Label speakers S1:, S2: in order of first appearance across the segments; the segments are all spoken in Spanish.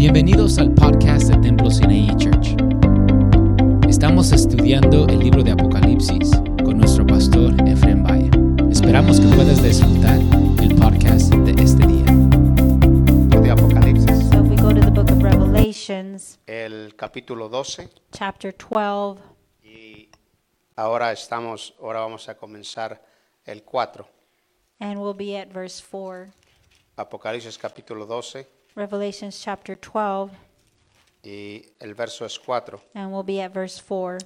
S1: Bienvenidos al podcast de Templo Sinai Church. Estamos estudiando el libro de Apocalipsis con nuestro pastor Efraín Valle. Esperamos que puedas disfrutar el podcast de este día.
S2: libro de Apocalipsis,
S3: So if we go to the book of Revelations,
S2: el capítulo 12,
S3: chapter 12,
S2: y ahora estamos, ahora vamos a comenzar el 4.
S3: and we'll be at verse 4.
S2: Apocalipsis capítulo 12
S3: Revelations chapter 12,
S2: y el verso es 4.
S3: and we'll be at verse 4.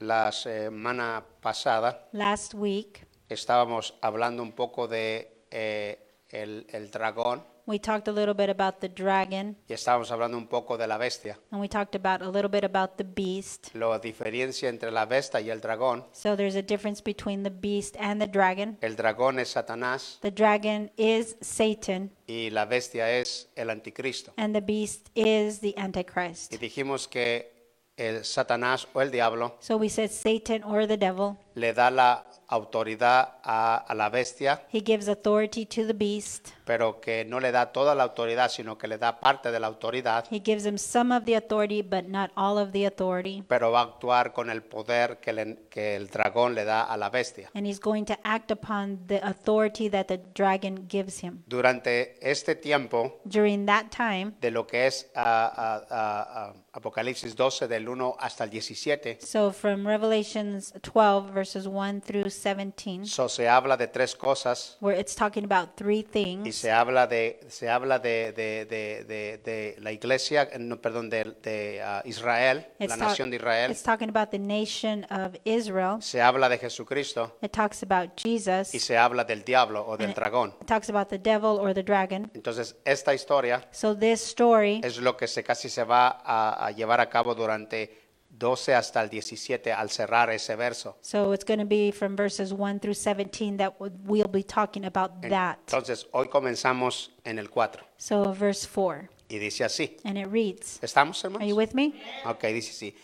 S2: La semana pasada
S3: Last week,
S2: estábamos hablando un poco de eh, el, el dragón
S3: we talked a little bit about the dragon,
S2: y estábamos hablando un poco de la bestia.
S3: and we talked about a little bit about the beast.
S2: La diferencia entre la bestia y el dragón,
S3: So there's a difference between the beast and the dragon.
S2: el dragón es Satanás
S3: The dragon is Satan,
S2: y la bestia es el anticristo.
S3: and the beast is the
S2: Y
S3: Antichrist.
S2: dijimos que el Satanás o el diablo
S3: So we said Satan or the devil.
S2: le da la autoridad a, a la bestia,
S3: He gives authority to the beast.
S2: pero que no le da toda la autoridad, sino que le da parte de la autoridad,
S3: He gives him some of the authority, but not all of the authority.
S2: pero va a actuar con el poder que, le- que el dragón le da a la bestia.
S3: And he's going to act upon the authority that the dragon gives him.
S2: Durante este tiempo
S3: During that time,
S2: de lo que es ah, ah, ah, ah, Apocalipsis 12 del 1 hasta el 17,
S3: so from Revelations 12, verses 1 through 17,
S2: so se habla de tres cosas
S3: where it's talking about three
S2: y
S3: things.
S2: se habla de, se habla de, de- de- de- de la iglesia, eh, no, perdón, de, de, ah, Israel, la
S3: It's talk-
S2: nación de Israel,
S3: It's talking about the nation of Israel.
S2: se habla de Jesucristo.
S3: It talks about Jesus.
S2: y se habla del diablo o del dragón.
S3: It talks about the devil or the dragon.
S2: Entonces, esta historia
S3: So this story
S2: es lo que se casi se va a, a llevar a cabo durante 12 hasta el 17 al cerrar ese verso.
S3: So it's going to be from verses 1 through 17 that w- we'll be talking about that.
S2: Entonces, hoy comenzamos en el 4
S3: So verse 4,
S2: y dice así.
S3: and it reads
S2: ¿Estamos,
S3: Are
S2: hermanos?
S3: you with me?
S2: Ok, dice así.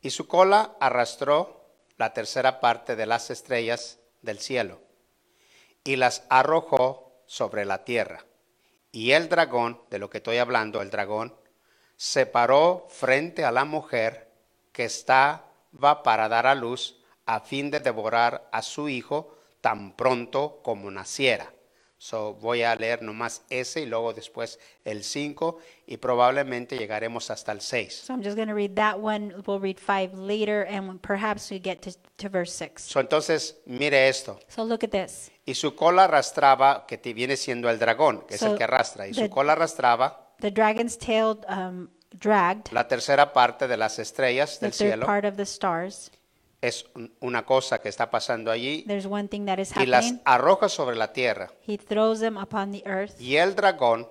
S2: Y su cola arrastró la tercera parte de las estrellas del cielo y las arrojó sobre la tierra. Y el dragón, de lo que estoy hablando, el dragón, se paró frente a la mujer que estaba para dar a luz a fin de devorar a su hijo tan pronto como naciera. So, voy a leer nomás ese y luego después el 5 y probablemente llegaremos hasta el 6.
S3: So I'm just going to read that one. We'll read 5 later, and perhaps we get to, to verse 6.
S2: So, entonces, mire esto.
S3: So look at this.
S2: Y su cola arrastraba, que te viene siendo el dragón, que es el
S3: So,
S2: que arrastra. Y su
S3: the-
S2: cola arrastraba
S3: The dragon's tail um, dragged
S2: la tercera parte de las estrellas
S3: the
S2: del
S3: third
S2: cielo.
S3: part of the stars.
S2: Es un- una cosa que está pasando allí.
S3: There's one thing that is
S2: Y las
S3: happening.
S2: arroja sobre la tierra.
S3: He throws them upon the earth,
S2: Y el dragón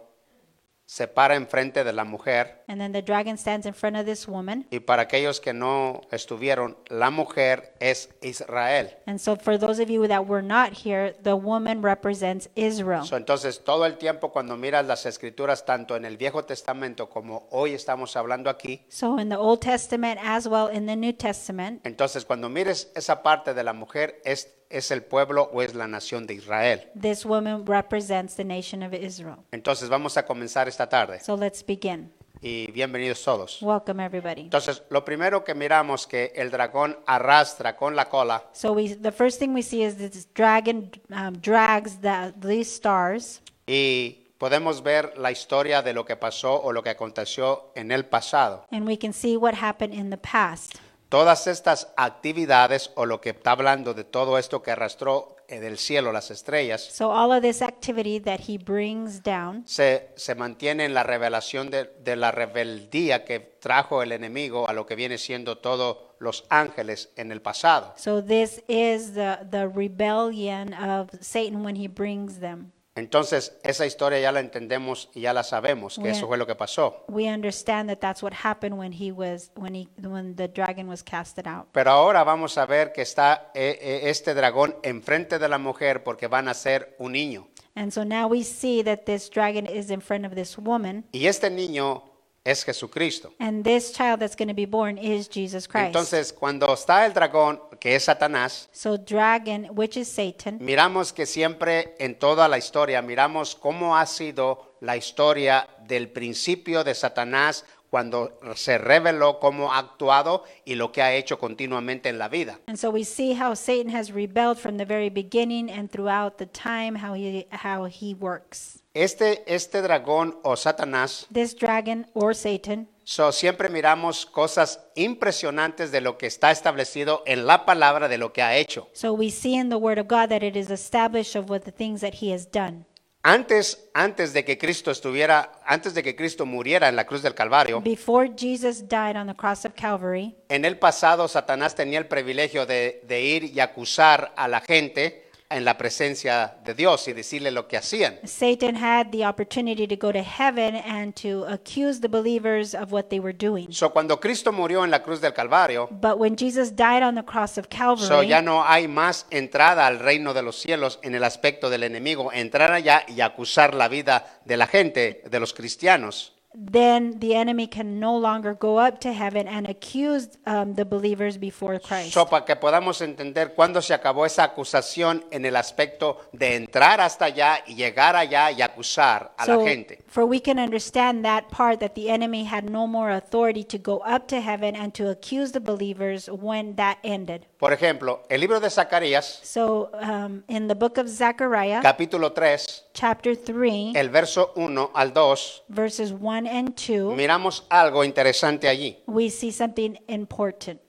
S2: se para enfrente de la mujer.
S3: and then the dragon stands in front of this woman.
S2: Y para aquellos que no estuvieron, la mujer es Israel.
S3: And so, for those of you that were not here, the woman represents Israel.
S2: So, entonces, todo el tiempo cuando miras las escrituras, tanto en el Viejo Testamento como hoy estamos hablando aquí,
S3: So in the Old Testament as well in the New Testament.
S2: Entonces, cuando mires esa parte de la mujer, es, es el pueblo o es la nación de Israel.
S3: This woman represents the nation of Israel.
S2: Entonces, vamos a comenzar esta tarde.
S3: So let's begin.
S2: Y bienvenidos todos.
S3: Welcome everybody.
S2: Entonces, lo primero que miramos que el dragón arrastra con la cola
S3: So we the first thing we see is this dragon um, drags the these stars
S2: y podemos ver la historia de lo que pasó o lo que aconteció en el pasado.
S3: and we can see what happened in the past.
S2: Todas estas actividades o lo que está hablando de todo esto que arrastró eh, del cielo las estrellas,
S3: So all of this activity that he brings down
S2: se, se mantiene en la revelación de, de la rebeldía que trajo el enemigo a lo que viene siendo todos los ángeles en el pasado.
S3: so this is the, the rebellion of Satan when he brings them.
S2: Entonces, esa historia ya la entendemos y ya la sabemos, que
S3: Bueno.
S2: eso fue lo que pasó.
S3: We understand that that's what happened when he was when he when the dragon was casted out.
S2: Pero ahora vamos a ver que está eh, eh, este dragón enfrente de la mujer porque van a ser un niño.
S3: And so now we see that this dragon is in front of this woman,
S2: Y este niño es Jesucristo.
S3: and this child that's going to be born is Jesus Christ.
S2: Entonces, cuando está el dragón, que es Satanás,
S3: so dragon, which is Satan,
S2: Miramos que siempre en toda la historia miramos cómo ha sido la historia del principio de Satanás cuando se reveló cómo ha actuado y lo que ha hecho continuamente en la vida.
S3: And so we see how Satan has rebelled from the very beginning and throughout the time how he how he works.
S2: Este, este dragón o Satanás,
S3: This dragon or Satan,
S2: so, siempre miramos cosas impresionantes de lo que está establecido en la palabra de lo que ha hecho.
S3: so we see in the word of God that it is established of what the things that he has done.
S2: Antes, antes de que Cristo estuviera, antes de que Cristo muriera en la cruz del Calvario,
S3: Before Jesus died on the cross of Calvary,
S2: En el pasado, Satanás tenía el privilegio de, de ir y acusar a la gente en la presencia de Dios y decirle lo que hacían.
S3: Satan had the opportunity to go to heaven and to accuse the believers of what they were doing.
S2: So, cuando Cristo murió en la cruz del Calvario,
S3: But when Jesus died on the cross of
S2: so,
S3: Calvary,
S2: ya no hay más entrada al reino de los cielos en el aspecto del enemigo, entrar allá y acusar la vida de la gente, de los cristianos.
S3: then the enemy can no longer go up to heaven and accuse um, the believers before Christ.
S2: So, para que podamos entender cuándo se acabó esa acusación en el aspecto de entrar hasta allá y llegar allá y acusar a la
S3: So,
S2: gente.
S3: for we can understand that part that the enemy had no more authority to go up to heaven and to accuse the believers when that ended.
S2: Por ejemplo, el libro de Zacarías,
S3: So, um, in the book of Zechariah,
S2: capítulo 3,
S3: chapter 3,
S2: el verso 1 al 2,
S3: verses 1 and 2,
S2: miramos algo interesante allí.
S3: we see something important.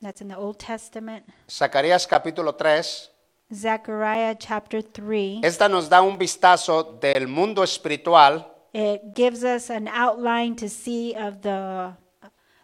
S3: That's in the Old Testament.
S2: Zacarías capítulo 3,
S3: Zechariah chapter 3.
S2: esta nos da un vistazo del mundo espiritual,
S3: It gives us an outline to see of the,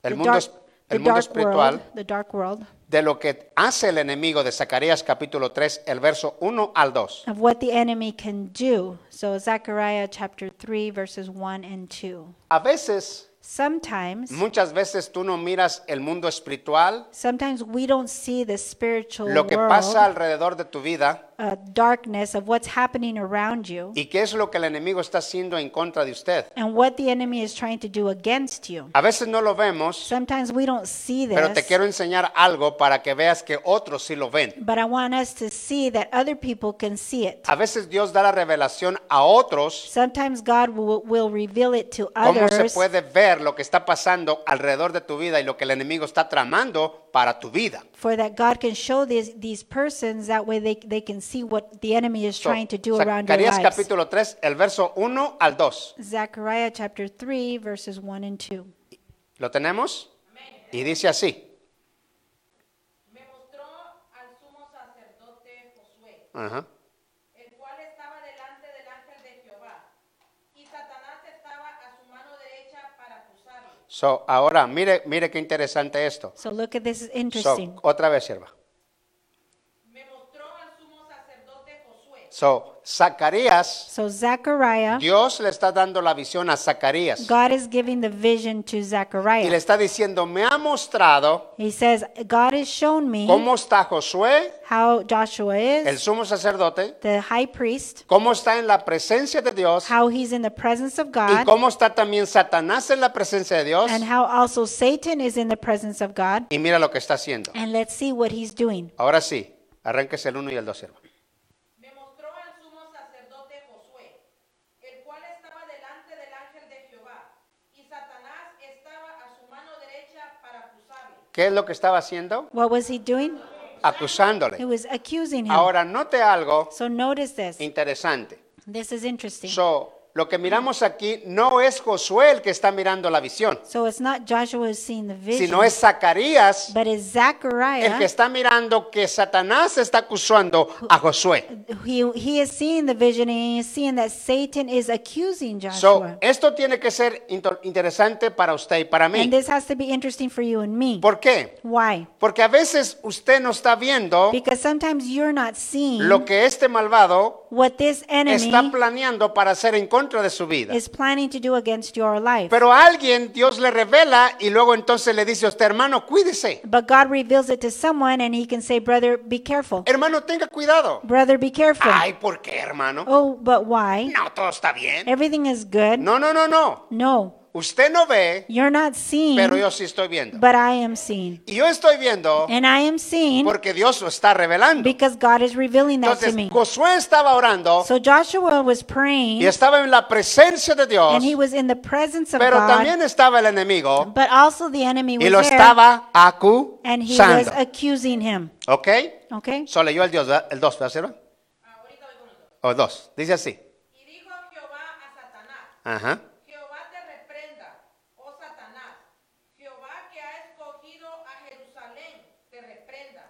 S2: El
S3: the
S2: mundo
S3: dark,
S2: es-
S3: the
S2: el mundo
S3: dark world,
S2: espiritual.
S3: the dark world,
S2: de lo que hace el enemigo de Zacarías capítulo 3, el verso 1 al 2.
S3: of what the enemy can do. So Zechariah chapter 3 verses 1 and 2.
S2: A veces,
S3: Sometimes
S2: muchas veces tú no miras el mundo espiritual,
S3: sometimes we don't see the spiritual
S2: lo que
S3: world,
S2: pasa alrededor de tu vida
S3: uh, darkness of what's happening around you
S2: y qué es lo que el enemigo está haciendo en contra de usted.
S3: and what the enemy is trying to do against you.
S2: A veces no lo vemos,
S3: Sometimes we don't see this.
S2: pero te quiero enseñar algo para que veas que otros sí lo ven.
S3: But I want us to see that other people can see it.
S2: A veces Dios da la revelación a otros
S3: Sometimes God will, will reveal it to
S2: cómo se
S3: others
S2: puede ver lo que está pasando alrededor de tu vida y lo que el enemigo está tramando para tu vida.
S3: for that God can show these, these persons that way they, they can see what the enemy is
S2: So,
S3: trying to do around your
S2: Zacarías
S3: lives.
S2: capítulo 3, el verso 1 al 2.
S3: Zechariah chapter 3 verses 1 and 2.
S2: ¿Lo tenemos? Y dice así.
S4: me mostró al sumo sacerdote Josué,
S2: Ajá.
S4: el cual estaba delante del ángel de Jehová, y Satanás estaba a su mano derecha para acusarlo.
S2: So, ahora, mire, mire qué interesante esto.
S3: So look at this is
S2: So,
S3: interesting.
S2: otra vez, sierva.
S4: Me mostró al sumo sacerdote Josué,
S2: So, Zacarías,
S3: So, Zechariah,
S2: Dios le está dando la visión a Zacarías.
S3: God is giving the vision to
S2: Y le
S3: Zechariah.
S2: está diciendo, me ha mostrado
S3: He says, God has shown me
S2: cómo está Josué,
S3: how Joshua
S2: el
S3: is,
S2: sumo sacerdote,
S3: the high priest,
S2: cómo está en la presencia de Dios
S3: how he's in the presence of
S2: y
S3: God,
S2: cómo está también Satanás en la presencia de Dios.
S3: and how also Satan is in the presence of God.
S2: Y mira lo que está haciendo.
S3: And let's see what he's doing.
S2: Ahora sí, arranques el 1 y el 2, sierva.
S4: me mostró al sumo sacerdote Josué, el cual estaba delante del ángel de Jehová, y Satanás estaba a su mano derecha para acusarlo.
S2: ¿Qué es lo que estaba haciendo?
S3: What was he doing? He
S2: Acusándole.
S3: was accusing him.
S2: Ahora note algo
S3: so notice this.
S2: interesante.
S3: This is interesting.
S2: So, lo que miramos aquí no es Josué el que está mirando la visión,
S3: So it's not Joshua who's seeing the vision,
S2: sino es Zacarías
S3: but it's
S2: el que
S3: Zechariah.
S2: está mirando que Satanás está acusando a Josué.
S3: He, he is seeing the vision and he is seeing that Satan is accusing
S2: So,
S3: Joshua.
S2: esto tiene que ser inter- interesante para usted y para mí.
S3: and this has to be interesting for you and me.
S2: ¿Por qué?
S3: Why?
S2: Porque a veces usted no está viendo
S3: Because sometimes you're not seeing
S2: lo que este malvado
S3: what this enemy
S2: está planeando para hacer en contra de su vida.
S3: is planning to do against your life.
S2: Pero a alguien Dios le revela y luego entonces le dice a usted, hermano, cuídese.
S3: but God reveals it to someone and he can say, Brother, be careful.
S2: Hermano, tenga cuidado.
S3: Brother, be careful.
S2: Ay, ¿por qué, hermano?
S3: Oh, but why?
S2: No, todo está bien.
S3: Everything is good.
S2: No, no, no, no.
S3: No.
S2: Usted no ve,
S3: You're not seeing,
S2: pero yo sí estoy viendo.
S3: but I am seeing.
S2: Y yo estoy viendo
S3: And I am seeing
S2: porque Dios lo está revelando.
S3: because God is revealing that to
S2: Entonces,
S3: me.
S2: Josué estaba orando
S3: So Joshua was
S2: y
S3: praying,
S2: estaba en la presencia de Dios,
S3: and he was in the presence of
S2: pero
S3: God,
S2: también estaba el enemigo
S3: but also the enemy
S2: y
S3: was
S2: lo
S3: there,
S2: estaba
S3: and he was
S2: acusando.
S3: accusing him.
S2: ¿Ok?
S3: Okay?
S2: Solo leyó el 2, el dos, ¿verdad, sierva? O dos. Dice así.
S4: Y dijo Jehová a Satanás,
S2: Ajá.
S4: Jehová te reprenda, oh Satanás, Jehová que ha escogido a Jerusalén, te reprenda.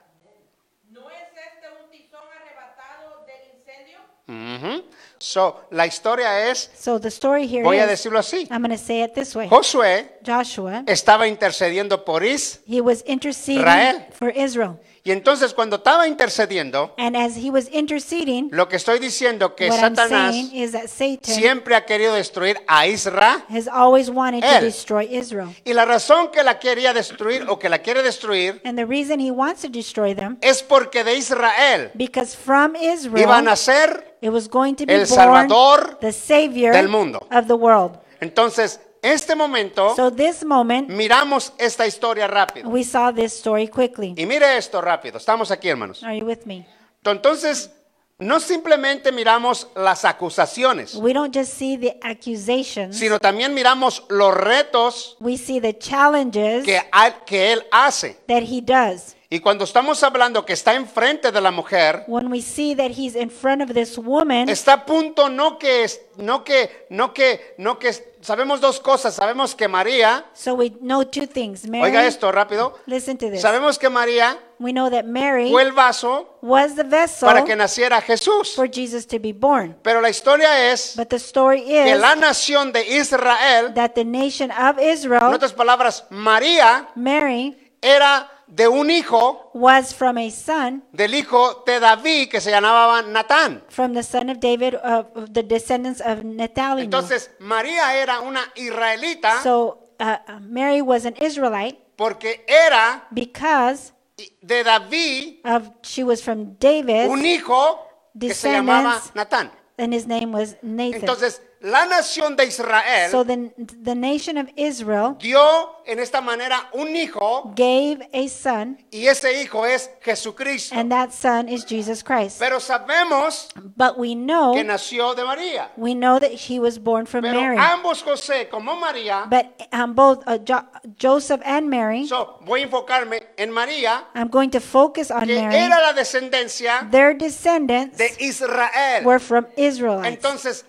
S4: ¿No es este un tizón arrebatado del incendio?
S2: Ujú. So, la historia es,
S3: So the story here
S2: voy a
S3: is, Ah,
S2: decirlo así,
S3: I'm going to say it this way.
S2: Josué
S3: Joshua,
S2: estaba intercediendo por Is
S3: he was interceding
S2: Israel.
S3: for Israel.
S2: y entonces cuando estaba intercediendo,
S3: And as he was interceding,
S2: lo que estoy diciendo que
S3: what I'm
S2: Satanás
S3: saying is that Satan
S2: siempre ha querido destruir a Israel
S3: has always wanted
S2: Él.
S3: to destroy Israel.
S2: y la razón que la quería destruir o que la quiere destruir
S3: And the reason he wants to destroy them,
S2: es porque de Israel
S3: because from
S2: iba a
S3: Israel,
S2: nacer,
S3: it was going to be
S2: El
S3: born
S2: Salvador
S3: the Savior
S2: del mundo. Oh.
S3: of the world.
S2: entonces este momento
S3: So this moment,
S2: miramos esta historia rápido
S3: we saw this story quickly.
S2: y mire esto rápido, estamos aquí hermanos.
S3: Are you with me?
S2: Entonces no simplemente miramos las acusaciones,
S3: We don't just see the accusations,
S2: sino también miramos los retos
S3: we see the challenges
S2: que, a- que él hace.
S3: that he does.
S2: Y cuando estamos hablando que está enfrente de la mujer,
S3: When we see that he's in front of this woman,
S2: está a punto no que es- no que no que no que es- sabemos dos cosas, sabemos que María,
S3: so we know two things. Mary,
S2: oiga esto rápido,
S3: listen to this.
S2: sabemos que María
S3: We know that Mary
S2: fue el vaso
S3: was the vessel
S2: para que naciera Jesús.
S3: for Jesus to be born.
S2: Pero la historia Pues, es
S3: But the story
S2: que
S3: is
S2: la nación de Israel,
S3: that the nation of
S2: en
S3: Israel,
S2: otras palabras, María
S3: Mary,
S2: era de un hijo
S3: was from a son,
S2: del hijo de David que se llamaba Natán.
S3: from the son of David, of the descendants of Nethalim.
S2: Entonces, María era una israelita
S3: so uh, uh, Mary was an Israelite
S2: porque era
S3: because
S2: de David
S3: of she was from David
S2: un hijo que se llamaba
S3: descendants.
S2: Natán.
S3: and his name was Nathan.
S2: Entonces, la nación de Israel
S3: so the, the nation of Israel
S2: dio en esta manera un hijo
S3: gave a son,
S2: y ese hijo es Jesucristo.
S3: and that son is Jesus Christ.
S2: Pero sabemos
S3: but we know
S2: que nació de María.
S3: we know that he was born from
S2: Pero
S3: Mary.
S2: ambos José como María,
S3: But um, both uh, jo- Joseph and Mary,
S2: so, voy a enfocarme en María,
S3: I'm going to focus on
S2: que
S3: Mary.
S2: era la descendencia
S3: Their descendants
S2: de Israel.
S3: were from Israelites.
S2: Entonces,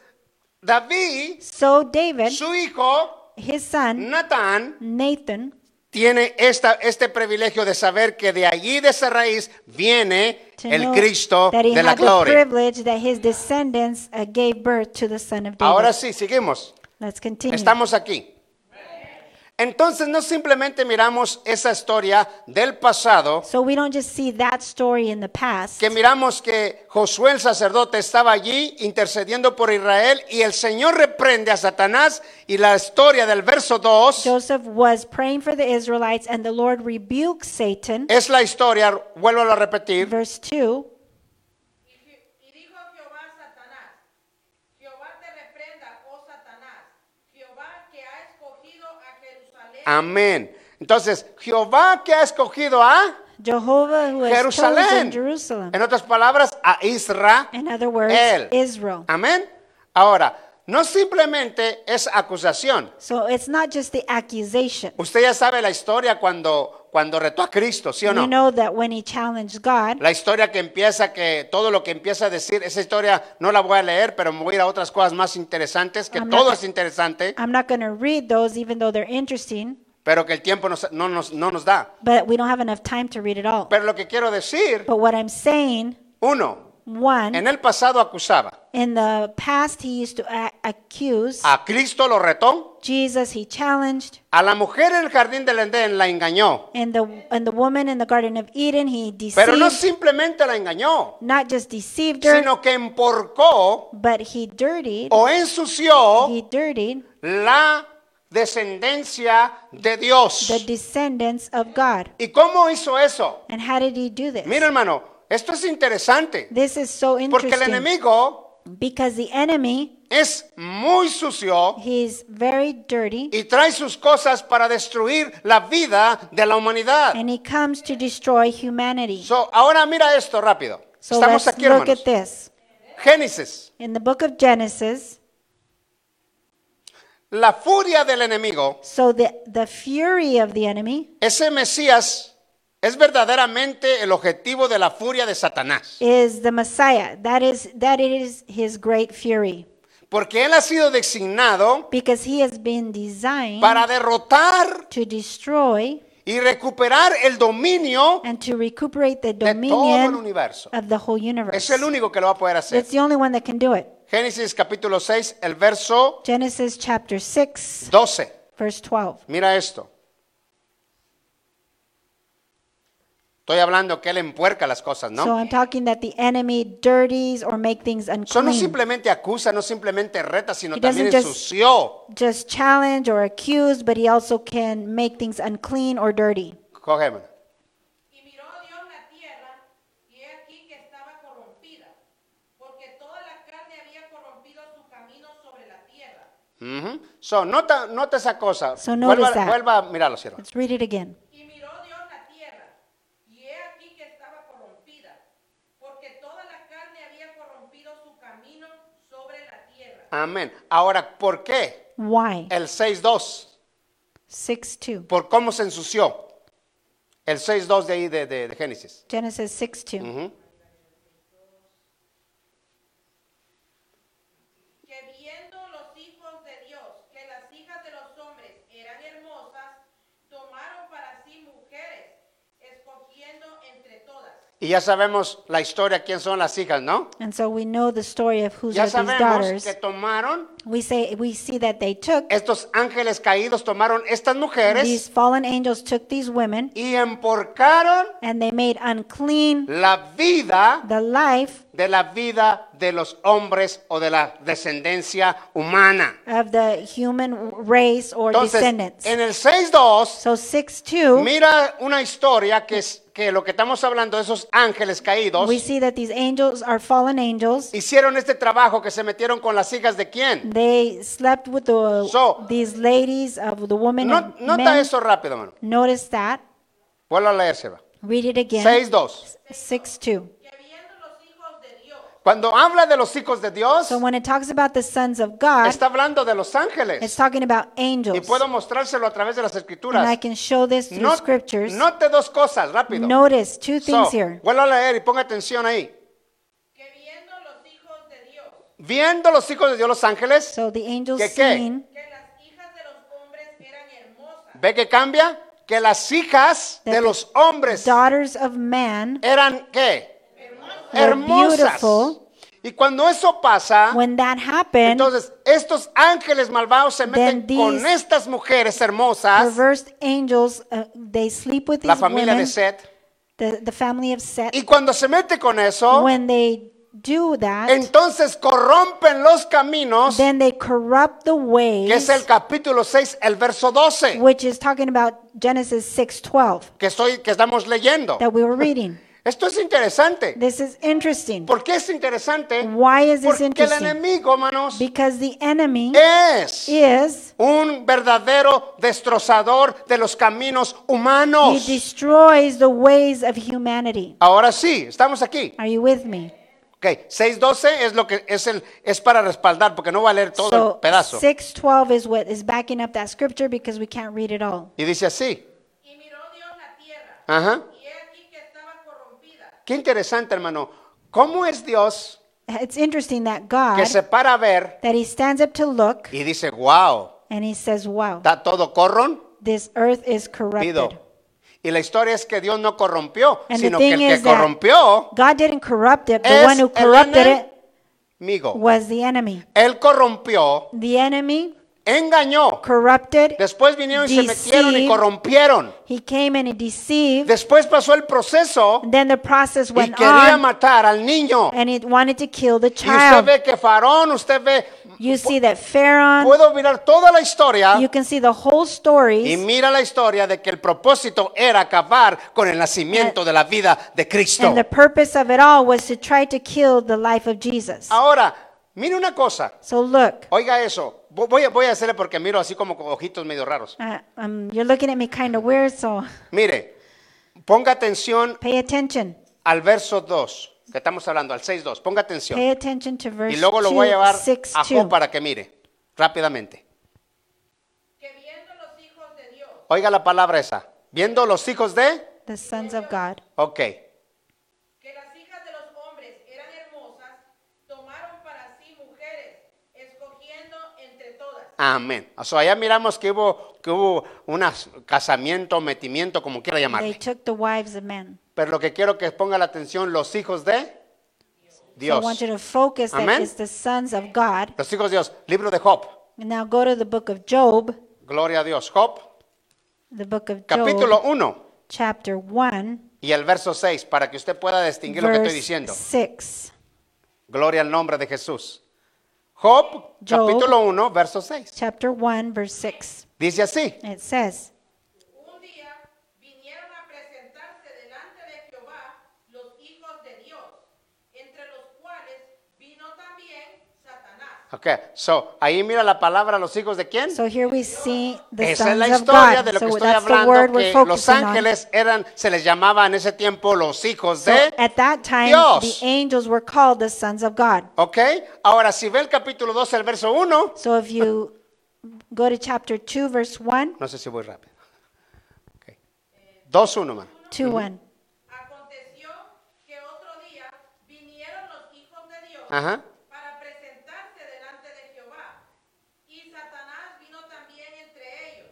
S2: David,
S3: so David,
S2: su hijo,
S3: his son,
S2: Natán,
S3: Nathan,
S2: tiene esta, este privilegio de saber que de allí, de esa raíz, viene
S3: to
S2: el
S3: know
S2: Cristo
S3: that he
S2: de la
S3: had the
S2: gloria.
S3: privilege that his descendants uh, gave birth to the son of David.
S2: Ahora sí, seguimos.
S3: Let's continue.
S2: Estamos aquí. Entonces no simplemente miramos esa historia del pasado,
S3: so we don't just see that story in the past.
S2: que miramos que Josué el sacerdote estaba allí intercediendo por Israel y el Señor reprende a Satanás y la historia del verso 2
S3: Joseph was praying for the Israelites, and the Lord rebuked Satan.
S2: es la historia, vuelvo a repetir,
S3: Verse 2
S4: Y, Je- y dijo Jehová a Satanás, Jehová te reprenda, oh Satanás, Jehová que ha escogido a Jerusalén,
S2: amén. Entonces, Jehová que ha escogido a...
S3: Jehovah, who has chosen
S2: Jerusalén.
S3: Jerusalem.
S2: En otras palabras, a Israel.
S3: In other words,
S2: Él.
S3: Israel.
S2: Amén. Ahora, no simplemente es acusación.
S3: So it's not just the accusation.
S2: Usted ya sabe la historia cuando, cuando retó a Cristo, ¿sí o
S3: You
S2: no?
S3: know that when he challenged God,
S2: La historia que empieza, que todo lo que empieza a decir, esa historia no la voy a leer, pero me voy a ir a otras cosas más interesantes, que
S3: I'm
S2: todo
S3: not-
S2: es interesante,
S3: I'm not going to read those, even though they're interesting,
S2: pero que el tiempo nos- no, nos, no nos da.
S3: but we don't have enough time to read it all.
S2: Pero lo que quiero decir,
S3: But what I'm saying,
S2: uno, en
S3: one,
S2: el pasado acusaba,
S3: in the past he used to a- accuse
S2: a Cristo lo retó,
S3: Jesus, he challenged,
S2: a la mujer en el jardín del Edén la engañó,
S3: and the and the woman in the Garden of Eden, he
S2: Pero no
S3: deceived,
S2: simplemente la engañó,
S3: not just deceived her,
S2: sino que emporcó
S3: but he dirtied,
S2: o ensució
S3: he dirtied
S2: la descendencia de Dios.
S3: the descendants of God.
S2: ¿Y cómo hizo eso?
S3: And how did he do this?
S2: Mira, hermano, esto es interesante,
S3: This is so
S2: porque el
S3: interesting
S2: enemigo
S3: because the enemy
S2: es muy sucio
S3: He's very dirty
S2: y trae sus cosas para destruir la vida de la humanidad.
S3: and he comes to destroy humanity.
S2: So, ahora mira esto rápido.
S3: So
S2: Estamos
S3: let's
S2: aquí,
S3: look
S2: hermanos.
S3: at this.
S2: Génesis.
S3: In the book of Genesis,
S2: La furia del enemigo,
S3: so the, the fury of the enemy
S2: ese Mesías, es verdaderamente el objetivo de la furia de Satanás.
S3: is the Messiah. That is that it is his great fury
S2: Porque él ha sido designado
S3: because he has been designed
S2: para derrotar
S3: to destroy
S2: y recuperar el dominio
S3: and to recuperate the
S2: de todo el
S3: dominion
S2: universo.
S3: of the whole universe.
S2: Es el único que lo va a poder hacer.
S3: It's the only one that can do it.
S2: Génesis capítulo 6, el verso
S3: Genesis chapter 6,
S2: 12.
S3: verse 12.
S2: Mira esto. Estoy hablando que él empuerca las cosas,
S3: So
S2: ¿no?
S3: I'm talking that the enemy dirties or make things
S2: So, no
S3: unclean.
S2: simplemente acusa, no simplemente reta, sino
S3: He
S2: también
S3: doesn't just-
S2: ensució.
S3: Just challenge or accuse, but he also can make things unclean or dirty.
S2: Cógeme.
S4: Y miró Dios la tierra, y he aquí que estaba corrompida, porque toda la carne había corrompido su camino sobre la tierra.
S2: Ujú. So, nota, nota esa cosa.
S3: So notice
S2: vuelva,
S3: that.
S2: vuelva a mirarlo, sierva.
S3: Let's read it again.
S4: Y miró Dios la tierra, y he aquí que estaba corrompida, porque toda la carne había corrompido su camino sobre la tierra.
S2: Amén. Ahora, ¿por qué
S3: Why?
S2: el 6.2?
S3: 6 2.
S2: ¿Por cómo se ensució? El 6.2 de ahí de, de- de Génesis.
S3: Genesis 6 2.
S2: Ujú.
S4: que viendo los hijos de Dios que las hijas de los hombres eran hermosas, tomaron para sí mujeres, escogiendo entre todas.
S2: Y ya sabemos la historia, quién son las hijas, ¿no?
S3: And so we know the story of whose
S2: Ya
S3: are these
S2: sabemos
S3: daughters.
S2: que tomaron,
S3: We say we see that they took
S2: estos ángeles caídos tomaron estas mujeres
S3: these fallen angels took these women
S2: y emporcaron
S3: and they made unclean
S2: la vida
S3: the life
S2: de la vida de los hombres o de la descendencia humana.
S3: of the human race or
S2: Entonces,
S3: descendants.
S2: en el 6.2,
S3: So 6 2,
S2: mira una historia que es que lo que estamos hablando, esos ángeles caídos,
S3: we see that these angels are fallen angels.
S2: hicieron este trabajo que se metieron con las hijas de quién.
S3: They slept with the,
S2: So-
S3: these ladies of the women
S2: No-
S3: and
S2: nota
S3: men.
S2: eso rápido, hermano.
S3: Notice that.
S2: Vuelvo a leer, Seba.
S3: Read it again.
S2: 6.2.
S3: 6 2.
S4: Que viendo los hijos de Dios,
S2: Cuando habla de los hijos de Dios,
S3: So when it talks about the sons of God,
S2: está hablando de los
S3: it's
S2: ángeles.
S3: talking about
S2: Y
S3: angels.
S2: puedo mostrárselo a través de las
S3: And I
S2: escrituras.
S3: can show this through
S2: No-
S3: scriptures.
S2: note dos cosas, rápido.
S3: Notice two
S2: So,
S3: things here.
S2: vuelvo a leer y ponga atención ahí.
S4: que viendo los hijos de Dios
S2: Viendo los hijos de Dios los ángeles,
S3: So the angels
S2: ¿Que qué?
S3: seen
S4: que las hijas de los hombres eran hermosas,
S2: ve que cambia que las hijas
S3: That
S2: de
S3: the
S2: los hombres
S3: daughters of man
S2: eran qué?
S3: were
S2: Hermosas.
S3: beautiful.
S2: Y cuando eso pasa,
S3: When that happened,
S2: entonces estos ángeles malvados se meten
S3: Then these
S2: con estas mujeres hermosas,
S3: perverse angels uh, they sleep with
S2: la
S3: these
S2: familia de
S3: women,
S2: Seth.
S3: the, the family of Set.
S2: Y cuando se mete con eso,
S3: When they do that,
S2: entonces corrompen los caminos,
S3: then they corrupt the
S2: que es
S3: ways,
S2: el capítulo 6, el verso 12,
S3: which is talking about Genesis 6:12
S2: que, estoy, que estamos leyendo.
S3: that we were reading.
S2: Esto es interesante.
S3: This is interesting.
S2: ¿Por qué es interesante?
S3: Why is this
S2: Porque el
S3: interesting?
S2: enemigo, hermanos,
S3: Because the enemy
S2: es
S3: is
S2: un verdadero destrozador de los caminos
S3: he
S2: humanos.
S3: destroys the ways of humanity.
S2: Ahora sí, estamos aquí.
S3: Are you with me?
S2: Ok, 6.12 es lo que es el es para respaldar porque no va a leer todo el
S3: So
S2: pedazo.
S3: 612 is what is backing up that scripture because we can't read it all.
S2: Y dice así.
S4: y miró Dios la tierra,
S2: Ajá.
S4: y he aquí que estaba corrompida,
S2: Qué interesante, hermano. ¿Cómo es Dios
S3: It's interesting that God
S2: que se para a ver
S3: that he stands up to look
S2: y dice, "Wow,
S3: and he says, "Wow,
S2: está todo corrompido."
S3: this earth is corrupted."
S2: Y la historia es que Dios no corrompió,
S3: And the
S2: sino que el
S3: thing
S2: que
S3: is that-
S2: corrompió
S3: God didn't corrupt it. The
S2: Es
S3: one who
S2: el
S3: corrupted
S2: ene-
S3: it
S2: amigo.
S3: was the enemy.
S2: Él corrompió,
S3: The enemy
S2: engañó.
S3: corrupted.
S2: Después vinieron y se metieron y
S3: Deceived.
S2: corrompieron.
S3: He came and he deceived.
S2: Después pasó el proceso
S3: And then the process
S2: y
S3: went
S2: quería
S3: on
S2: matar al niño.
S3: and it wanted to kill the
S2: Y usted
S3: child.
S2: ve que Farón, usted ve,
S3: You see that Pharaoh,
S2: puedo mirar toda la historia
S3: you can see the whole
S2: y
S3: stories
S2: mira la historia de que el propósito era acabar con el
S3: Eh,
S2: nacimiento de la vida de Cristo.
S3: And the purpose of it all was to try to kill the life of Jesus.
S2: Ahora, Mire una cosa.
S3: So look,
S2: Oiga eso. Vo- Voy a, voy a hacerle porque miro así como con ojitos medio raros.
S3: uh, um, you're looking at me kind of weird, so
S2: Mire, ponga atención
S3: pay attention.
S2: al verso 2, que estamos hablando, al 6.2. Ponga atención.
S3: Pay attention to verse
S2: Y luego lo voy a
S3: 2,
S2: llevar
S3: 6,
S2: a
S3: 2.
S2: Job para que mire rápidamente.
S4: que viendo los hijos de Dios
S2: Oiga la palabra esa. Viendo los hijos de...
S3: The sons of God.
S2: Ok.
S4: que las hijas de los hombres eran hermosas, tomaron para sí mujeres, escogiendo entre todas.
S2: Amén. O sea, allá miramos que hubo, que hubo un as- casamiento, metimiento, como quiera
S3: They
S2: llamarle.
S3: took the wives of men.
S2: Pero lo que quiero que ponga la atención, los hijos de
S3: So I
S2: Dios.
S3: want you to focus that
S2: Amen.
S3: it's the sons of God.
S2: Los hijos de Dios. Libro de Job.
S3: And Now go to the book of Job,
S2: Gloria a Dios. Job,
S3: the book of
S2: capítulo
S3: Job,
S2: 1
S3: chapter 1,
S2: y el verso 6, para que usted pueda distinguir lo que estoy diciendo.
S3: verse 6.
S2: Gloria al nombre de Jesús. Job,
S3: Job.
S2: capítulo 1, verso 6.
S3: Chapter 1, verse 6.
S2: Dice así.
S3: It says,
S4: Un día vinieron a presentarse delante de Jehová los hijos de Dios, entre los cuales vino también Satanás.
S2: Ok, so ahí mira la palabra los hijos de quién.
S3: So here we see the
S2: Esa es
S3: sons
S2: la
S3: of
S2: historia
S3: God.
S2: de lo que
S3: so
S2: estoy
S3: that's the word
S2: hablando,
S3: we're
S2: que los
S3: focusing on.
S2: ángeles eran, se les llamaba en ese tiempo los hijos
S3: So
S2: de
S3: at that time,
S2: Dios.
S3: the angels were called the sons of God.
S2: Ok, ahora si ve el capítulo 2, el verso 1,
S3: So if you go to chapter 2, verse 1,
S2: no sé si voy rápido. 2, 1, man.
S3: 2, 1.
S4: Aconteció que otro día vinieron los hijos de Dios
S2: Ajá.
S4: para presentarse delante de Jehová, y Satanás vino también entre ellos,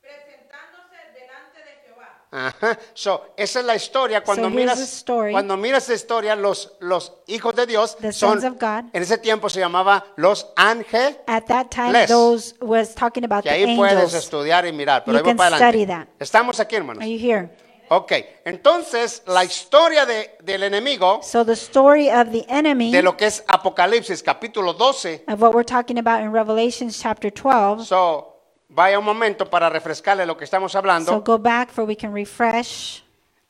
S4: presentándose delante de Jehová.
S2: Ajá. So, esa es la historia. Cuando
S3: So here's the
S2: miras,
S3: story.
S2: cuando miras esa historia, los, los hijos de Dios
S3: The
S2: son,
S3: sons of God.
S2: en ese tiempo se llamaba los ángeles.
S3: At that time,
S2: Les.
S3: those was talking about
S2: Que
S3: the
S2: ahí puedes
S3: angels.
S2: estudiar y mirar, pero
S3: You
S2: ahí voy
S3: can
S2: para
S3: study that.
S2: adelante. Estamos aquí, hermanos.
S3: Are you here?
S2: Ok, entonces la historia de- del enemigo,
S3: So the story of the enemy
S2: de lo que es Apocalipsis capítulo 12,
S3: of what we're talking about in Revelation chapter 12.
S2: so, vaya un momento para refrescarle lo que estamos
S3: So
S2: hablando.
S3: go back for we can refresh.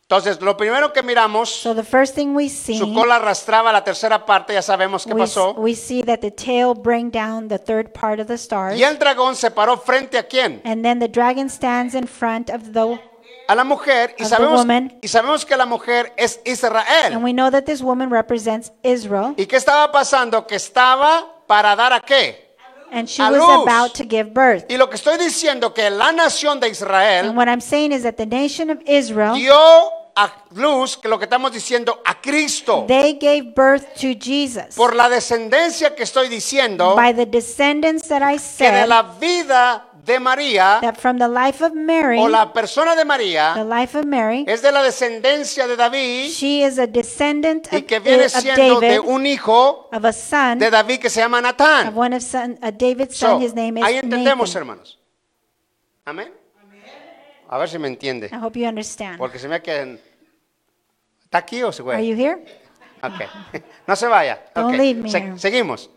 S2: Entonces, lo primero que miramos,
S3: So the first thing we see,
S2: su cola arrastraba la tercera parte, ya sabemos qué
S3: we,
S2: pasó.
S3: we see that the tail bring down the third part of the stars.
S2: Y el dragón se paró frente a quién?
S3: And then the dragon stands in front of the
S2: A la mujer, y
S3: Of the
S2: sabemos,
S3: woman.
S2: y sabemos que la mujer es
S3: and
S2: Israel.
S3: we know that this woman represents Israel
S2: ¿Y qué estaba pasando? Que estaba para dar a qué.
S3: and she
S2: a
S3: was
S2: luz.
S3: about to give birth.
S2: Y lo que estoy diciendo que la nación de Israel
S3: And what I'm saying is that the nation of Israel
S2: dio a luz, que lo que estamos diciendo, a Cristo.
S3: they gave birth to Jesus
S2: Por la descendencia que estoy diciendo,
S3: by the descendants that
S2: que
S3: I
S2: de
S3: said
S2: la vida de María,
S3: that from the life of Mary,
S2: o la persona de
S3: the
S2: María,
S3: life of Mary,
S2: es de la descendencia de David
S3: she is a descendant
S2: y
S3: of,
S2: que viene
S3: of
S2: siendo de
S3: David,
S2: un hijo
S3: of a son
S2: de David que se llama
S3: of
S2: Natán.
S3: one of son, uh, David's
S2: So,
S3: son. His name is
S2: ahí entendemos,
S3: Nathan.
S2: hermanos. Amén. A ver si me entiende.
S3: I hope you understand.
S2: Porque se me quedan. ¿Está aquí o se fue?
S3: Are you here?
S2: Ok. No se vaya.
S3: Don't
S2: Ok.
S3: leave me
S2: Se-
S3: here.
S2: seguimos.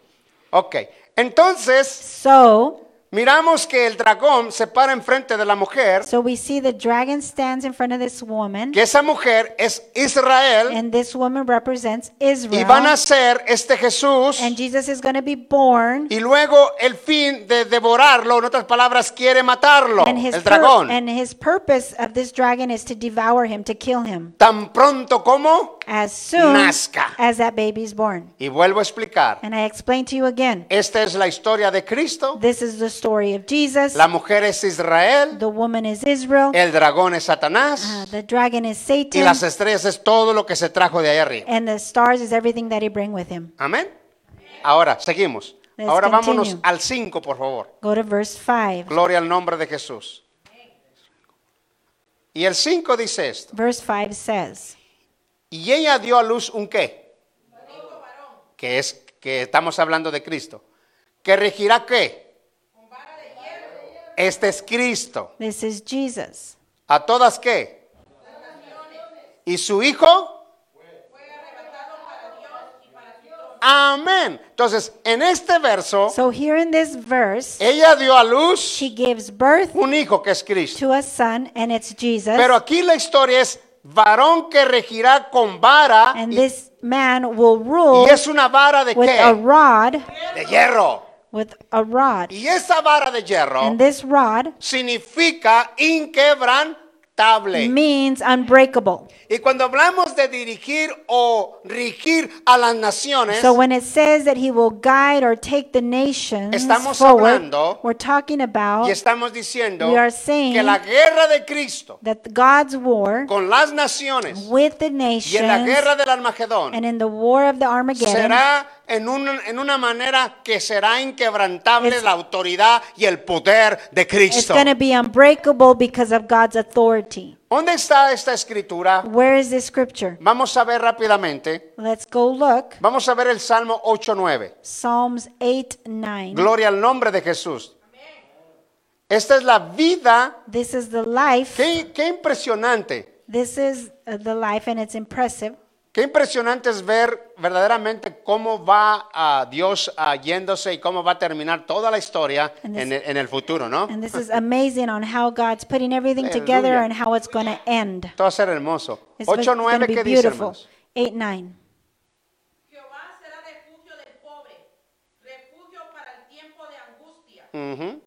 S2: Ok. Entonces,
S3: So,
S2: miramos que el dragón se para enfrente de la mujer,
S3: so we see the dragon stands in front of this woman,
S2: que esa mujer es Israel,
S3: and this woman represents
S2: y van
S3: Israel.
S2: a ser este Jesús,
S3: And Jesus is going to be born,
S2: y luego el fin de devorarlo, en otras palabras, quiere matarlo,
S3: and his
S2: el
S3: pur-
S2: dragón.
S3: and his purpose of this dragon is to devour him, to kill him,
S2: Tan pronto como,
S3: as soon
S2: Nazca.
S3: as that baby is born.
S2: y vuelvo a explicar,
S3: And I explain to you again.
S2: esta es la historia de Cristo,
S3: This is the story of Jesus.
S2: la mujer es Israel,
S3: The woman is Israel.
S2: el dragón es
S3: Uh,
S2: Satanás,
S3: the dragon is
S2: y
S3: Satan.
S2: las estrellas es todo lo que se trajo de ahí arriba.
S3: And the stars is everything that he bring with him.
S2: Amén. Ahora, seguimos.
S3: Let's
S2: Ahora vámonos
S3: continue.
S2: al 5, por favor.
S3: Go to verse 5.
S2: Gloria al nombre de Jesús. Y el 5 dice esto.
S3: Verse 5 says,
S2: Y ella dio a luz un qué. Que es que estamos hablando de Cristo. Que regirá qué. Este es Cristo.
S3: This is Jesus.
S2: A todas qué. Y su hijo. Amén. Entonces, en este verso,
S3: So here in this verse,
S2: ella dio a luz
S3: she gives birth
S2: un hijo que es Cristo.
S3: to a son, and it's Jesus.
S2: Pero aquí la historia es varón que regirá con vara
S3: And
S2: y,
S3: this man will
S2: y
S3: rule
S2: es una vara de
S3: with a
S2: qué?
S3: rod,
S2: De hierro.
S3: with a rod.
S2: Y esa vara de hierro
S3: And this rod
S2: significa inquebrantable.
S3: means unbreakable.
S2: Y cuando hablamos de dirigir o rigir a las naciones,
S3: So when it says that he will guide or take the nations
S2: Estamos
S3: forward,
S2: hablando-
S3: we're talking
S2: y
S3: about
S2: estamos diciendo
S3: Oh, We are saying
S2: que la guerra de Cristo
S3: that God's war
S2: con las naciones
S3: with the
S2: y en la
S3: nations
S2: guerra del Armagedón
S3: and in the war of the Armageddon
S2: será en una, en una manera que será inquebrantable
S3: It's-
S2: la autoridad y el poder de
S3: It's
S2: Cristo.
S3: going to be unbreakable because of God's authority.
S2: ¿Dónde está esta escritura?
S3: Where is this scripture?
S2: Vamos a ver rápidamente.
S3: Let's go look.
S2: Vamos a ver el Salmo 8.9.
S3: Psalms 8 9.
S2: Gloria al nombre de Jesús. Esta es la vida.
S3: This is the life.
S2: Qué, qué impresionante.
S3: This is uh, the life, and it's impressive.
S2: Qué impresionante es ver verdaderamente cómo va a Dios ah, yéndose y cómo va a terminar toda la historia
S3: And
S2: en,
S3: this-
S2: el- en el futuro, ¿no?
S3: And this is amazing on how God's putting everything together
S2: Aleluya.
S3: and how it's going to end.
S2: Esto va a ser hermoso.
S3: It's, going
S2: 8.9,
S3: to be
S2: ¿qué dice,
S3: beautiful.
S2: hermanos?
S3: 8 9.
S4: Jehová será refugio del pobre, refugio para el tiempo de angustia.
S2: Ujú.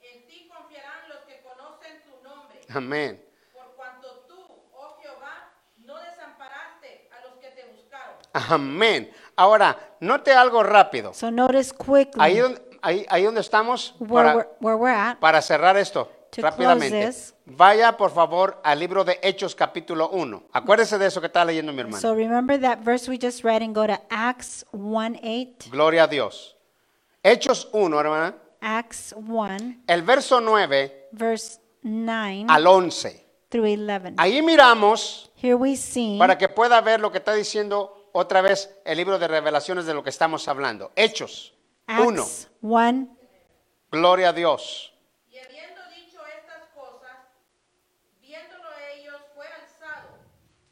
S4: En ti confiarán los que conocen tu nombre,
S2: Amén.
S4: por cuanto tú, oh Jehová, no desamparaste a los que te buscaron.
S2: Amén. Ahora, note algo rápido.
S3: So notice quickly
S2: Ahí donde, ahí, ahí donde estamos,
S3: where,
S2: para,
S3: we're, where we're at.
S2: para cerrar esto
S3: To
S2: rápidamente.
S3: close this.
S2: Vaya, por favor, al libro de Hechos capítulo 1. Acuérdese de eso que está leyendo mi hermano.
S3: So remember that verse we just read and go to Acts 1 8.
S2: Gloria a Dios. Hechos 1, hermana.
S3: Acts 1.
S2: El verso 9
S3: verse 9
S2: al 11.
S3: through 11.
S2: Ahí miramos
S3: Here we see
S2: para que pueda ver lo que está diciendo otra vez el libro de revelaciones de lo que estamos hablando. Hechos 1.
S3: Acts 1.
S2: Gloria a Dios.
S4: Y habiendo dicho estas cosas, viéndolo ellos, fue alzado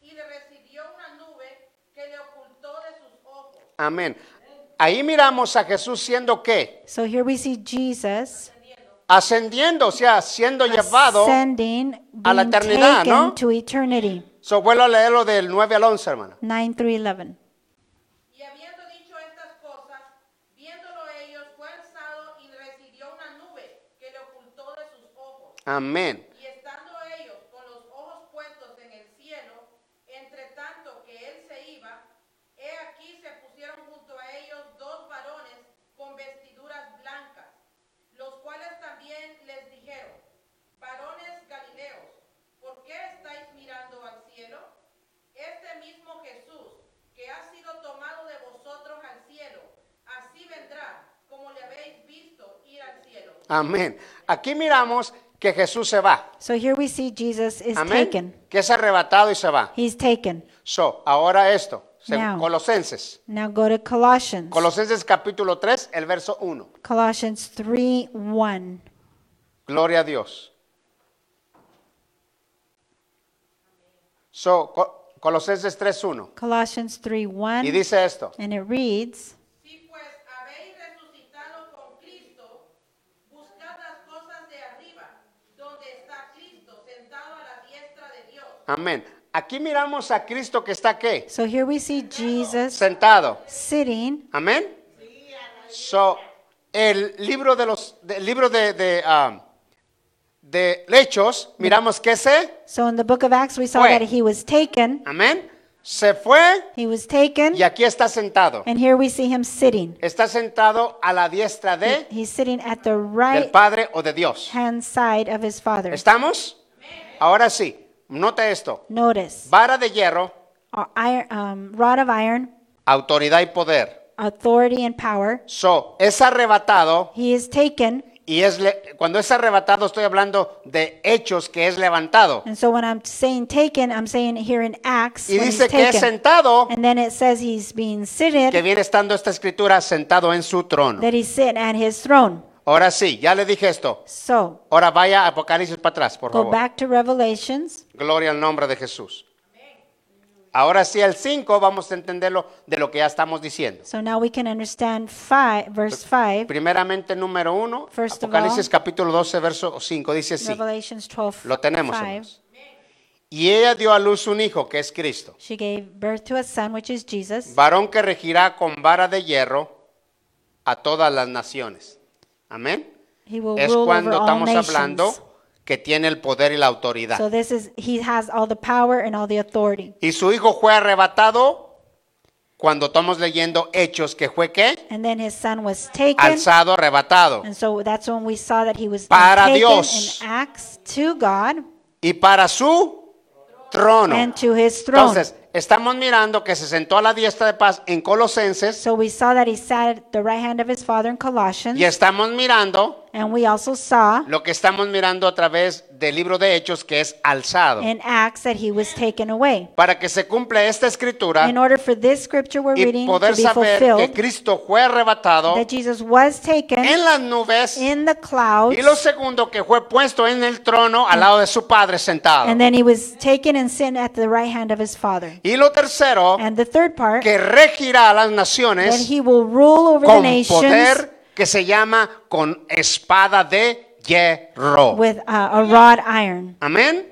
S4: y le recibió una nube que le ocultó de sus ojos.
S2: Amén. Ahí miramos a Jesús siendo qué?
S3: So here we see Jesus
S2: Ascendiendo, o sea, siendo llevado.
S3: ascending,
S2: a la
S3: being
S2: eternidad,
S3: taken
S2: ¿no?
S3: to eternity.
S2: So, vuelvo a leerlo del 9 al 11, hermana.
S3: 9 through 11.
S4: Y habiendo dicho estas cosas, viéndolo ellos, fue alzado y recibió una nube que le ocultó de sus ojos.
S2: Amén.
S4: Y estando ellos con los ojos puestos en el cielo, entre tanto que él se iba, he aquí se pusieron junto a ellos dos varones con vestiduras blancas, los cuales también les dijeron, varones galileos, ¿por qué estáis mirando al cielo? Este mismo Jesús, que ha sido tomado de vosotros al cielo, así vendrá como le habéis visto ir al cielo.
S2: Amén. Aquí miramos que Jesús se va.
S3: So here we see Jesus is taken.
S2: Amén. Que es arrebatado y se va.
S3: He's taken.
S2: So, ahora esto. Se-
S3: Now.
S2: Colosenses.
S3: Now go to Colossians.
S2: Colosenses capítulo 3, el verso 1.
S3: Colossians 3 1.
S2: Gloria a Dios. So, Co- Colosenses 3, 1.
S3: Colossians 3 1.
S2: Y dice esto.
S3: and it reads,
S4: Si pues habéis resucitado con Cristo, buscad las cosas de arriba, donde está Cristo sentado a la diestra de Dios.
S2: Amén. Aquí miramos a Cristo que está qué?
S3: So here we see Jesus
S2: Sentado.
S3: sitting
S2: Amén. So, el libro de los del libro de, de, um, de Hechos, miramos que se,
S3: So in the book of Acts, we saw
S2: Fue.
S3: that he was taken.
S2: amén, se fue
S3: He was taken.
S2: y aquí está sentado.
S3: And here we see him sitting.
S2: Está sentado a la diestra
S3: He-
S2: de
S3: He's sitting at the
S2: Eh? del
S3: right
S2: Padre o de Dios.
S3: hand side of his father.
S2: ¿Estamos? Ahora sí, nota esto.
S3: Notice
S2: Vara de hierro,
S3: our iron, um, rod of iron,
S2: autoridad y poder.
S3: authority and power.
S2: So, es arrebatado
S3: He is taken.
S2: y es le- cuando es arrebatado estoy hablando de hechos que es levantado.
S3: And so when I'm saying taken, I'm saying here in Acts,
S2: Y
S3: when he's
S2: dice que es
S3: taken.
S2: sentado
S3: And then it says he's being
S2: que
S3: seated,
S2: viene estando esta escritura sentado en su trono.
S3: that he's sitting at his throne.
S2: Ahora sí, ya le dije esto.
S3: So
S2: Ahora vaya a Apocalipsis para atrás, por
S3: go
S2: favor.
S3: back to Revelations.
S2: Gloria al nombre de Jesús. Ahora sí, el 5 vamos a entenderlo de lo que ya estamos diciendo.
S3: So now we can understand five, verse 5,
S2: Primeramente, número 1,
S3: First of
S2: Apocalipsis
S3: all,
S2: capítulo 12, verso 5, dice así.
S3: Revelations 12,
S2: Lo tenemos.
S3: 5.
S2: hermanos. Y ella dio a luz un hijo, que es Cristo,
S3: She gave birth to a son, which is Jesus,
S2: varón que regirá con vara de hierro a todas las naciones. Amén.
S3: He will
S2: Es
S3: rule over
S2: cuando
S3: all
S2: estamos
S3: nations.
S2: hablando que tiene el poder y la
S3: So
S2: autoridad.
S3: this is he has all the power and all the authority.
S2: Y su hijo fue arrebatado cuando estamos leyendo Hechos, que fue qué?
S3: And then his son was taken.
S2: Alzado, arrebatado.
S3: And so that's when we saw that he was
S2: Para
S3: taken
S2: Dios.
S3: in Acts to God
S2: Y para su trono.
S3: and to his throne.
S2: Entonces, estamos mirando que se sentó a la diestra de paz en Colosenses
S3: so we saw that he sat at the right hand of his father in Colossians.
S2: y estamos mirando
S3: And we also saw
S2: lo que estamos mirando a través del libro de Hechos que es alzado.
S3: in Acts that he was taken away.
S2: Para que se cumpla esta escritura
S3: In order for this scripture we're
S2: y
S3: reading to
S2: poder
S3: be
S2: saber que
S3: fulfilled,
S2: Cristo fue arrebatado
S3: that Jesus was taken
S2: en las nubes
S3: in the clouds,
S2: y lo segundo que fue puesto en el trono al lado de su padre sentado.
S3: and then he was taken and sent at the right hand of his father.
S2: Y lo tercero
S3: And the third part,
S2: que regirá a las
S3: that
S2: naciones
S3: he will rule over the
S2: con
S3: nations
S2: poder que se llama con espada de hierro.
S3: with uh, a rod iron.
S2: Amén.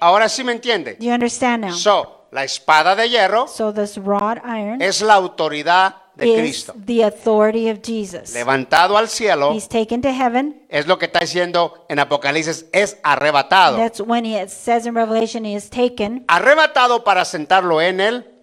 S2: Ahora sí me entiende.
S3: Do you understand now?
S2: So, la espada de hierro
S3: So this rod iron
S2: es la autoridad de
S3: is
S2: Cristo.
S3: the authority of Jesus.
S2: Levantado al cielo
S3: He's taken to heaven.
S2: es lo que está diciendo en Apocalipsis, es arrebatado.
S3: That's when he it says in Revelation he is taken,
S2: Arrebatado para sentarlo en el
S3: taken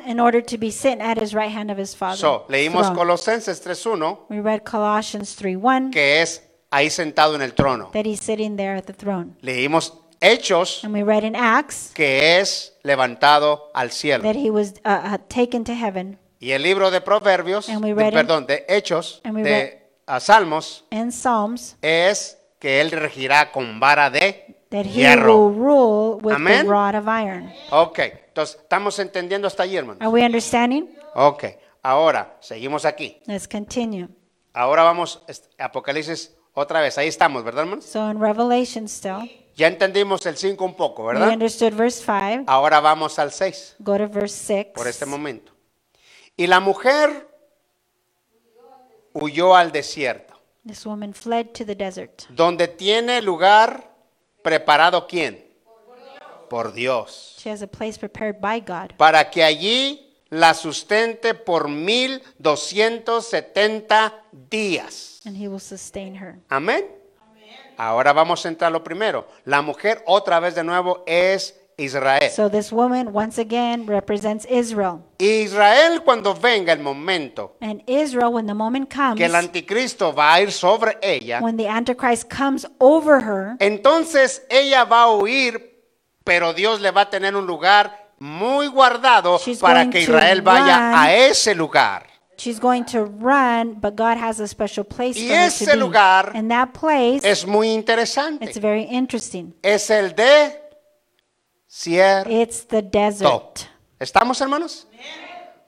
S2: trono.
S3: in order to be sent at his right hand of his father.
S2: So, leímos
S3: throne.
S2: Colosenses 3.1,
S3: we read Colossians 3:1
S2: que es ahí sentado en el trono.
S3: that he's sitting there at the throne.
S2: Leímos Hechos,
S3: And we read in Acts
S2: que es levantado al cielo.
S3: that he was uh, uh, taken to heaven.
S2: Y el libro de Proverbios,
S3: And we
S2: de-
S3: read in-
S2: perdón, de Hechos,
S3: And we
S2: de a Salmos,
S3: In Psalms
S2: es que él regirá con vara de
S3: that he will
S2: hierro.
S3: rule with
S2: Amen.
S3: the rod of iron.
S2: Ok, entonces estamos entendiendo hasta ahí, hermano.
S3: Are we understanding?
S2: Ok, ahora seguimos aquí.
S3: Let's continue.
S2: Ahora vamos, est- Apocalipsis otra vez. Ahí estamos, ¿verdad, hermanos?
S3: So in Revelation still,
S2: Ya entendimos el 5 un poco,
S3: we
S2: ¿verdad?
S3: understood verse 5.
S2: Ahora vamos al 6
S3: Go to verse 6.
S2: por este momento. Y la mujer huyó al desierto,
S3: This woman fled to the desert.
S2: donde tiene lugar preparado quién? Por Dios.
S3: She has a place prepared by God
S2: para que allí la sustente por 1270 días.
S3: and he will sustain her.
S2: Amén. Ahora vamos a entrar a lo primero. La mujer otra vez de nuevo es Israel.
S3: So this woman once again represents Israel.
S2: Israel cuando venga el momento
S3: And Israel when the moment comes
S2: que el anticristo va a ir sobre ella,
S3: when the antichrist comes over her,
S2: entonces ella va a huir, pero Dios le va a tener un lugar muy guardado
S3: She's
S2: para
S3: going
S2: que
S3: to
S2: Israel
S3: run.
S2: vaya a ese lugar.
S3: she's going to run, but God has a special place
S2: Y
S3: for her to
S2: ese
S3: be.
S2: lugar
S3: and that place
S2: Es muy interesante.
S3: it's very interesting.
S2: es el de cierto.
S3: It's the desert.
S2: ¿Estamos, hermanos?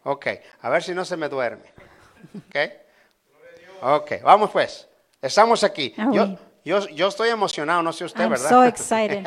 S2: Ok, a ver si no se me duerme. Ok, ok, vamos pues. Estamos aquí. Yo,
S3: Alright.
S2: yo, yo estoy emocionado, no sé usted,
S3: Ah, I'm
S2: ¿verdad?
S3: so excited.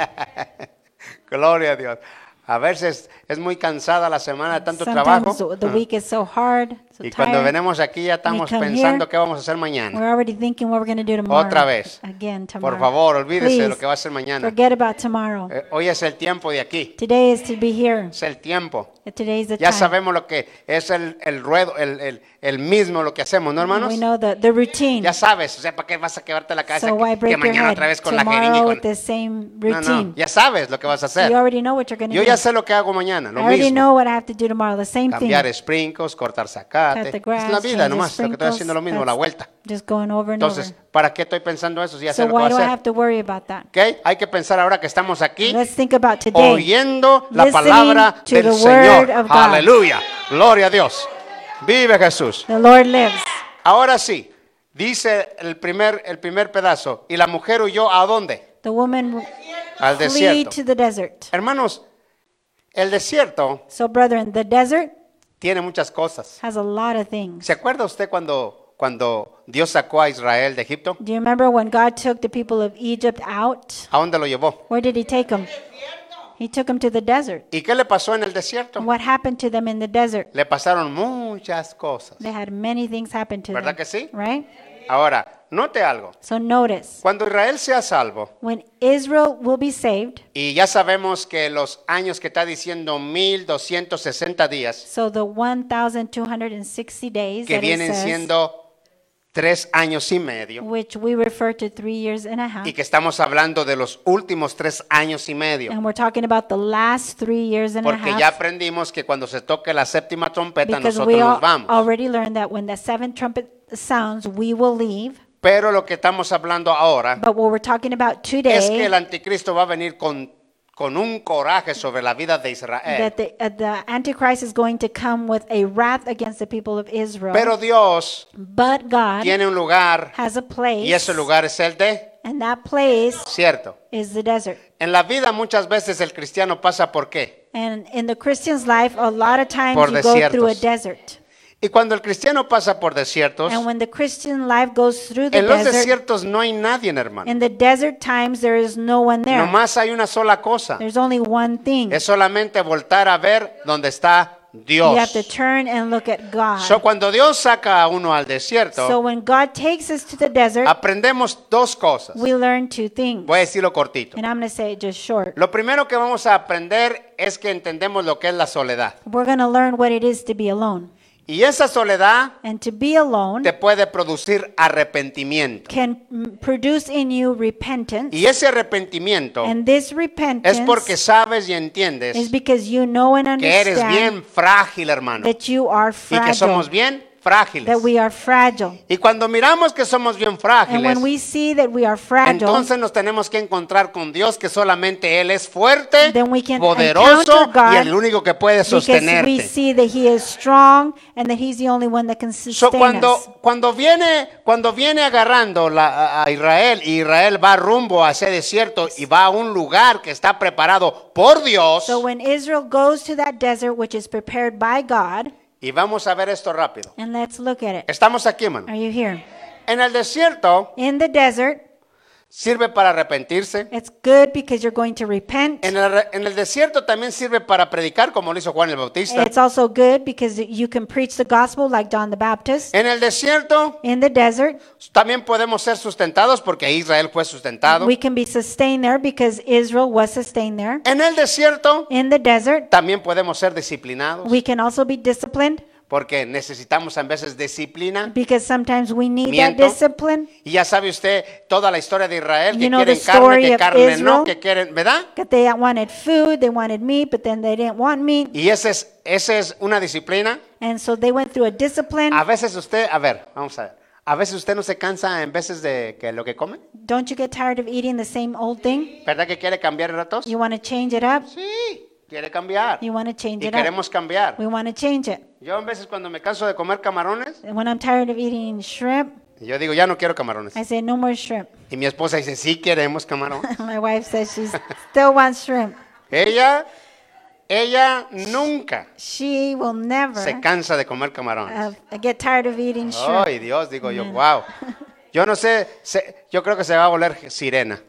S2: Gloria a Dios. A veces es muy cansada la semana de tanto
S3: Sometimes
S2: trabajo.
S3: the week is so hard. So
S2: Y cuando
S3: tired.
S2: venimos aquí ya estamos
S3: come
S2: pensando
S3: here,
S2: qué vamos a hacer mañana.
S3: We're already thinking what we're going to do tomorrow.
S2: Otra vez.
S3: Again
S2: Por
S3: tomorrow.
S2: favor, olvídese de lo
S3: Please,
S2: que va a hacer mañana.
S3: Forget about tomorrow.
S2: Eh, hoy es el tiempo de aquí.
S3: Today is to be here.
S2: Es el tiempo.
S3: Today is the
S2: Ya
S3: time.
S2: sabemos lo que es el, el ruedo, el, el- el mismo lo que hacemos, ¿no, hermanos?
S3: We know the, the routine.
S2: Ya sabes, o sea, ¿para qué vas a quebrarte la cabeza
S3: so
S2: que-
S3: why
S2: que,
S3: break your
S2: mañana
S3: head?
S2: otra vez con la jeringa? y
S3: tomorrow
S2: con-
S3: with the same
S2: No, no,
S3: routine.
S2: ya sabes lo que vas a hacer.
S3: You already know what you're going to
S2: Yo
S3: do.
S2: ya sé lo que hago mañana,
S3: I
S2: lo
S3: already know
S2: mismo.
S3: what I have to do tomorrow. The same
S2: Cambiar
S3: thing.
S2: sprinkles, cortar
S3: Cut
S2: zacate.
S3: the grass,
S2: es la
S3: change
S2: vida nomás,
S3: the
S2: lo que estoy
S3: sprinkles.
S2: haciendo lo mismo, la
S3: That's
S2: vuelta.
S3: Just going over and
S2: Entonces,
S3: over.
S2: ¿para qué estoy pensando eso si ya sé
S3: So
S2: lo que
S3: why
S2: voy
S3: do
S2: a
S3: I
S2: hacer?
S3: have to worry about that?
S2: ¿Ok? Hay que pensar ahora que estamos aquí
S3: Let's think about today.
S2: oyendo la
S3: Listening
S2: palabra
S3: to
S2: del
S3: the
S2: Señor.
S3: word of God.
S2: Aleluya. Gloria a Dios. Vive Jesús.
S3: The Lord lives.
S2: Ahora sí, dice el primer, el primer pedazo, y la mujer huyó a dónde?
S3: The woman
S2: Al
S3: flee
S2: desierto.
S3: to the desert.
S2: Hermanos, el desierto
S3: So brethren, the desert
S2: tiene muchas cosas.
S3: has a lot of things.
S2: ¿Se acuerda usted cuando, cuando Dios sacó a Israel de Egipto?
S3: Do you remember when God took the people of Egypt out?
S2: ¿A dónde lo llevó?
S3: Where did he take them? He took them to the desert.
S2: ¿Y qué le pasó en el desierto?
S3: And what happened to them in the desert?
S2: Le pasaron muchas cosas.
S3: They had many things happen to
S2: ¿Verdad
S3: them.
S2: que sí?
S3: Right?
S2: Ahora, note algo.
S3: So notice,
S2: Cuando Israel sea salvo,
S3: when Israel will be saved,
S2: y ya sabemos que los años que está diciendo 1260 días,
S3: so the 1,260 days
S2: que
S3: that it
S2: vienen
S3: says,
S2: siendo tres años y medio,
S3: which we refer to three years and a half,
S2: y que estamos hablando de los últimos tres años y medio,
S3: and we're talking about the last three years and a
S2: porque ya
S3: half,
S2: aprendimos que cuando se toque la séptima trompeta
S3: because
S2: nosotros
S3: we
S2: nos
S3: all
S2: vamos.
S3: already learned that when the seventh trumpet sounds, we will leave.
S2: Pero lo que estamos hablando ahora
S3: But what we're talking about
S2: es que
S3: today,
S2: el anticristo va a venir con, con un coraje sobre la vida de Israel.
S3: that the, uh, the Antichrist is going to come with a wrath against the people of Israel.
S2: Pero Dios
S3: but God
S2: tiene un lugar
S3: has a place,
S2: y ese lugar es el de
S3: and that place
S2: cierto.
S3: is the desert.
S2: En la vida muchas veces el cristiano pasa por qué.
S3: And in the Christian's life, a lot of times
S2: Por
S3: you go through a
S2: desiertos.
S3: desert.
S2: Y cuando el cristiano pasa por desiertos,
S3: And when the Christian life goes through the
S2: en los
S3: desert,
S2: desiertos no hay nadie, hermano.
S3: in the desert times, there is no one there.
S2: Nomás hay una sola cosa.
S3: There's only one thing.
S2: Es solamente voltar a ver dónde está
S3: You
S2: Dios.
S3: have to turn and look at God.
S2: So, cuando Dios saca a uno al
S3: So
S2: desierto,
S3: when God takes us to the desert,
S2: aprendemos dos cosas.
S3: we learn two things.
S2: Voy a decirlo cortito.
S3: And I'm going to say it just short.
S2: Lo primero que vamos a aprender es que entendemos lo que es la soledad.
S3: We're going to learn what it is to be alone.
S2: Y esa soledad
S3: And to be alone
S2: te puede producir arrepentimiento.
S3: can mm, produce in you repentance.
S2: Y ese arrepentimiento
S3: And this
S2: es porque
S3: repentance
S2: sabes y
S3: is
S2: entiendes
S3: because you know and
S2: que eres
S3: understand
S2: bien frágil, hermano.
S3: that you are
S2: Y que somos
S3: fragile,
S2: bien frágiles.
S3: that we are fragile.
S2: Y cuando miramos que somos bien
S3: And
S2: frágiles,
S3: when we see that we are fragile,
S2: entonces nos tenemos que encontrar con Dios, que solamente Él es fuerte,
S3: Then we can
S2: poderoso
S3: encounter God
S2: y el único que puede
S3: because we
S2: sostenerte.
S3: see that He is strong and that He's the only one that can
S2: So,
S3: sustain
S2: cuando,
S3: us.
S2: cuando, viene, cuando viene agarrando la- a- a Israel, y Israel va rumbo a ese desierto y va a un lugar que está preparado por Dios,
S3: So when Israel goes to that desert which is prepared by God,
S2: y vamos a ver esto rápido.
S3: and let's look at it.
S2: Estamos aquí, hermano.
S3: Are you here?
S2: En el desierto
S3: In the desert,
S2: sirve para arrepentirse.
S3: it's good because you're going to repent.
S2: En el, re- en el desierto también sirve para predicar, como lo hizo Juan el Bautista.
S3: It's also good because you can preach the gospel like John the Baptist.
S2: En el desierto
S3: In the desert,
S2: también podemos ser sustentados porque Israel fue sustentado.
S3: we can be sustained there because Israel was sustained there.
S2: En el desierto
S3: In the desert,
S2: también podemos ser disciplinados
S3: we can also be disciplined
S2: porque necesitamos a veces disciplina.
S3: because sometimes we need that
S2: Miento.
S3: discipline.
S2: Y ya sabe usted toda la historia de Israel, que
S3: You know
S2: quieren
S3: the
S2: carne,
S3: story
S2: que
S3: of
S2: carne no,
S3: Israel?
S2: que quieren, ¿verdad?
S3: That they wanted food, they wanted meat, but then they didn't want meat.
S2: Y esa es, esa es una disciplina.
S3: And so they went through a discipline.
S2: A veces usted, a ver, vamos a ver. A veces usted no se cansa en veces de que lo que come.
S3: Don't you get tired of eating the same old thing?
S2: ¿Verdad que quiere cambiar ratos?
S3: You want to change it up?
S2: Sí, quiere cambiar.
S3: You want to change
S2: Y
S3: it up?
S2: queremos cambiar.
S3: We want to change it.
S2: Yo a veces cuando me canso de comer camarones,
S3: And When I'm tired of eating shrimp,
S2: yo digo, ya no quiero camarones.
S3: I say no more shrimp.
S2: Y mi esposa dice, sí queremos camarón.
S3: My wife says she still wants shrimp.
S2: ella, ella nunca
S3: She will never
S2: se cansa de comer
S3: uh,
S2: camarones.
S3: get tired of eating shrimp.
S2: Ay, Dios, digo yo,
S3: No.
S2: wow. Yo no sé, se- yo creo que se va a volver sirena.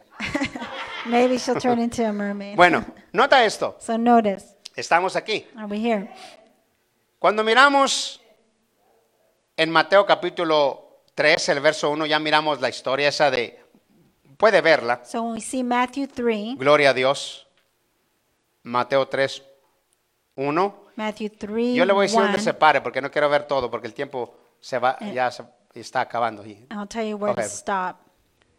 S3: Maybe she'll turn into a mermaid.
S2: Bueno, nota esto,
S3: So notice,
S2: estamos aquí.
S3: are we here?
S2: Cuando miramos en Mateo capítulo 3, el verso 1, ya miramos la historia esa de, puede verla,
S3: So when we see Matthew 3,
S2: gloria a Dios, Mateo 3, 1.
S3: Matthew 3,
S2: Yo le voy a decir dónde se
S3: 1,
S2: pare porque no quiero ver todo porque el tiempo se va,
S3: Eh.
S2: ya se- está acabando. Y-
S3: I'll tell you where
S2: Okay.
S3: to stop.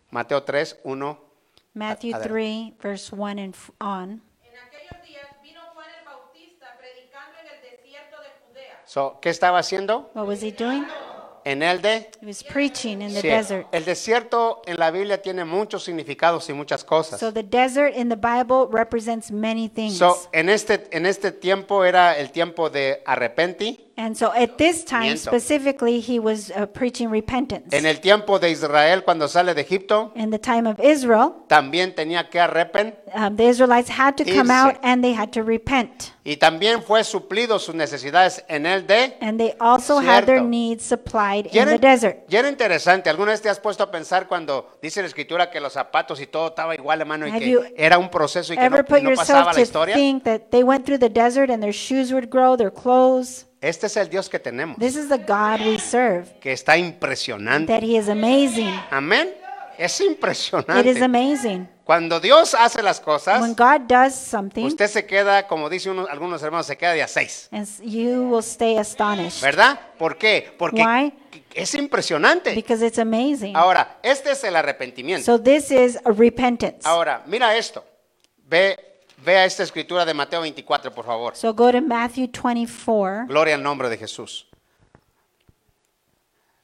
S2: Mateo 3, 1.
S3: Matthew
S2: adelante.
S3: 3, verse 1 and f- on.
S4: En aquellos días vino Juan el Bautista predicando en el desierto de Judea.
S2: So, ¿Qué estaba haciendo?
S3: What was he doing?
S2: En el de...
S3: He was preaching in the
S2: Sí,
S3: desert.
S2: El desierto en la Biblia tiene muchos significados y muchas cosas.
S3: So the desert in the Bible represents many things.
S2: So, en, este, en este tiempo era el tiempo de arrepentí.
S3: and so at this time
S2: Miento.
S3: specifically, he was uh, preaching repentance.
S2: En el tiempo de Israel cuando sale de Egipto,
S3: in the time of Israel,
S2: también tenía que arrepentir.
S3: um, the Israelites had to come
S2: Irse.
S3: out and they had to repent.
S2: Y también fue suplido sus necesidades en el de...
S3: And they also had their
S2: Cierto.
S3: needs supplied
S2: Y
S3: in
S2: era,
S3: the desert.
S2: y era interesante, ¿alguna vez te has puesto a pensar cuando dice la escritura que los zapatos y todo estaba igual, hermano, y
S3: Have
S2: que
S3: you
S2: era un proceso y que no,
S3: Ever put
S2: no pasaba
S3: yourself
S2: la
S3: to
S2: historia?
S3: think that they went through the desert and their shoes would grow, their clothes?
S2: Este es el Dios que tenemos,
S3: This is the God we serve,
S2: que está impresionante.
S3: that He is amazing.
S2: Amén. Es
S3: It is
S2: impresionante.
S3: amazing.
S2: Cuando Dios hace las
S3: When
S2: cosas,
S3: God does something,
S2: usted se queda, como dicen unos- algunos hermanos, se queda de a seis.
S3: and s- you will stay astonished
S2: ¿Verdad? ¿Por qué? Porque
S3: Why?
S2: es impresionante.
S3: because it's amazing.
S2: Ahora, este es el arrepentimiento.
S3: So, this is a repentance.
S2: Ahora, mira esto. Ve, vea esta escritura de Mateo 24, por favor.
S3: So, go to Matthew 24.
S2: Gloria al nombre de Jesús.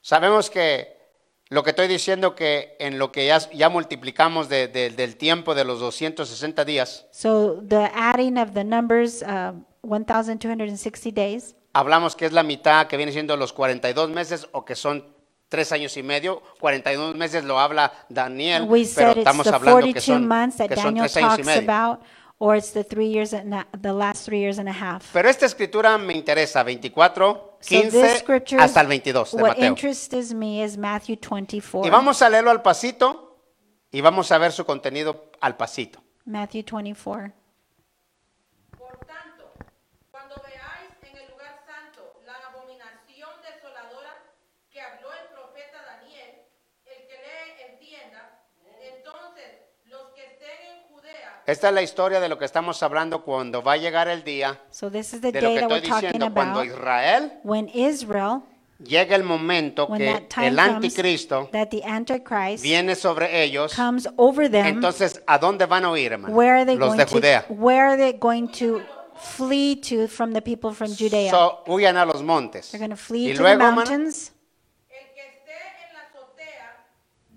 S2: Sabemos que lo que estoy diciendo que en lo que ya, ya multiplicamos de- de- del tiempo de los 260 días,
S3: So, the adding of the numbers, um, 1,260 days,
S2: hablamos que es la mitad que viene siendo los 42 meses o que son tres años y medio. 42 meses lo habla Daniel,
S3: we
S2: pero
S3: said it's
S2: estamos
S3: the
S2: hablando que
S3: 42
S2: son,
S3: months that
S2: que son
S3: Daniel
S2: tres años y
S3: talks
S2: medio.
S3: about, or it's the three years and a- the last three years and a half.
S2: Pero esta escritura me interesa, 24,
S3: So this
S2: 15
S3: scripture,
S2: hasta el 22 de
S3: what
S2: Mateo.
S3: interests me is Matthew 24.
S2: Y vamos a leerlo al pasito y vamos a ver su contenido al pasito.
S3: Matthew 24.
S4: Por tanto, cuando veáis en el lugar santo la abominación desoladora que habló el profeta Daniel, el que lee entienda, entonces los que estén en Judea,
S2: Esta es la historia de lo que estamos hablando cuando va a llegar el día,
S3: So this is the
S2: de lo
S3: day
S2: que
S3: that we're
S2: estoy
S3: talking
S2: diciendo cuando
S3: about.
S2: Israel
S3: When Israel,
S2: llega el momento
S3: when
S2: que
S3: that time
S2: el
S3: comes,
S2: anticristo
S3: that the Antichrist
S2: viene sobre ellos.
S3: comes over them,
S2: Entonces, ¿a dónde van a huir, hermano?
S3: where are they
S2: Los
S3: going
S2: de
S3: to?
S2: Judea.
S3: Where are they going to flee to from the people from Judea?
S2: So, huyan a los montes.
S3: They're going to flee
S2: Y
S3: to the
S2: luego, hermano,
S3: mountains.
S4: el que esté en la azotea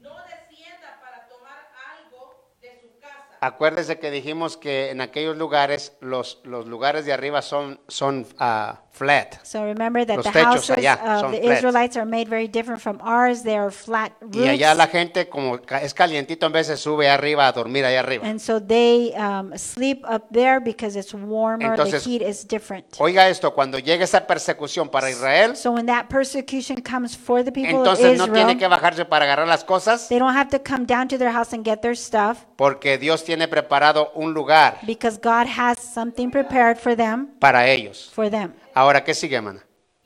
S4: no descienda para tomar algo de su casa.
S2: acuérdese que dijimos que en aquellos lugares, los, los lugares de arriba son, son ah, flat.
S3: So remember that
S2: Los
S3: the
S2: techos
S3: houses
S2: allá
S3: of
S2: son
S3: the
S2: flat.
S3: Israelites are made very different from ours. They are flat roofs.
S2: Y allá la gente, como ca- es calientito, en veces sube arriba a dormir allá arriba.
S3: And so they um, sleep up there because it's warmer,
S2: Entonces-
S3: the heat is different.
S2: Oiga esto, cuando llegue esa persecución para Israel,
S3: So when that persecution comes for the people of
S2: entonces no tiene que
S3: Israel,
S2: bajarse para agarrar las cosas,
S3: they don't have to come down to their house and get their stuff
S2: porque Dios tiene preparado un lugar
S3: because God has something prepared for them,
S2: para ellos.
S3: for them.
S2: Ahora, ¿qué sigue, hermana?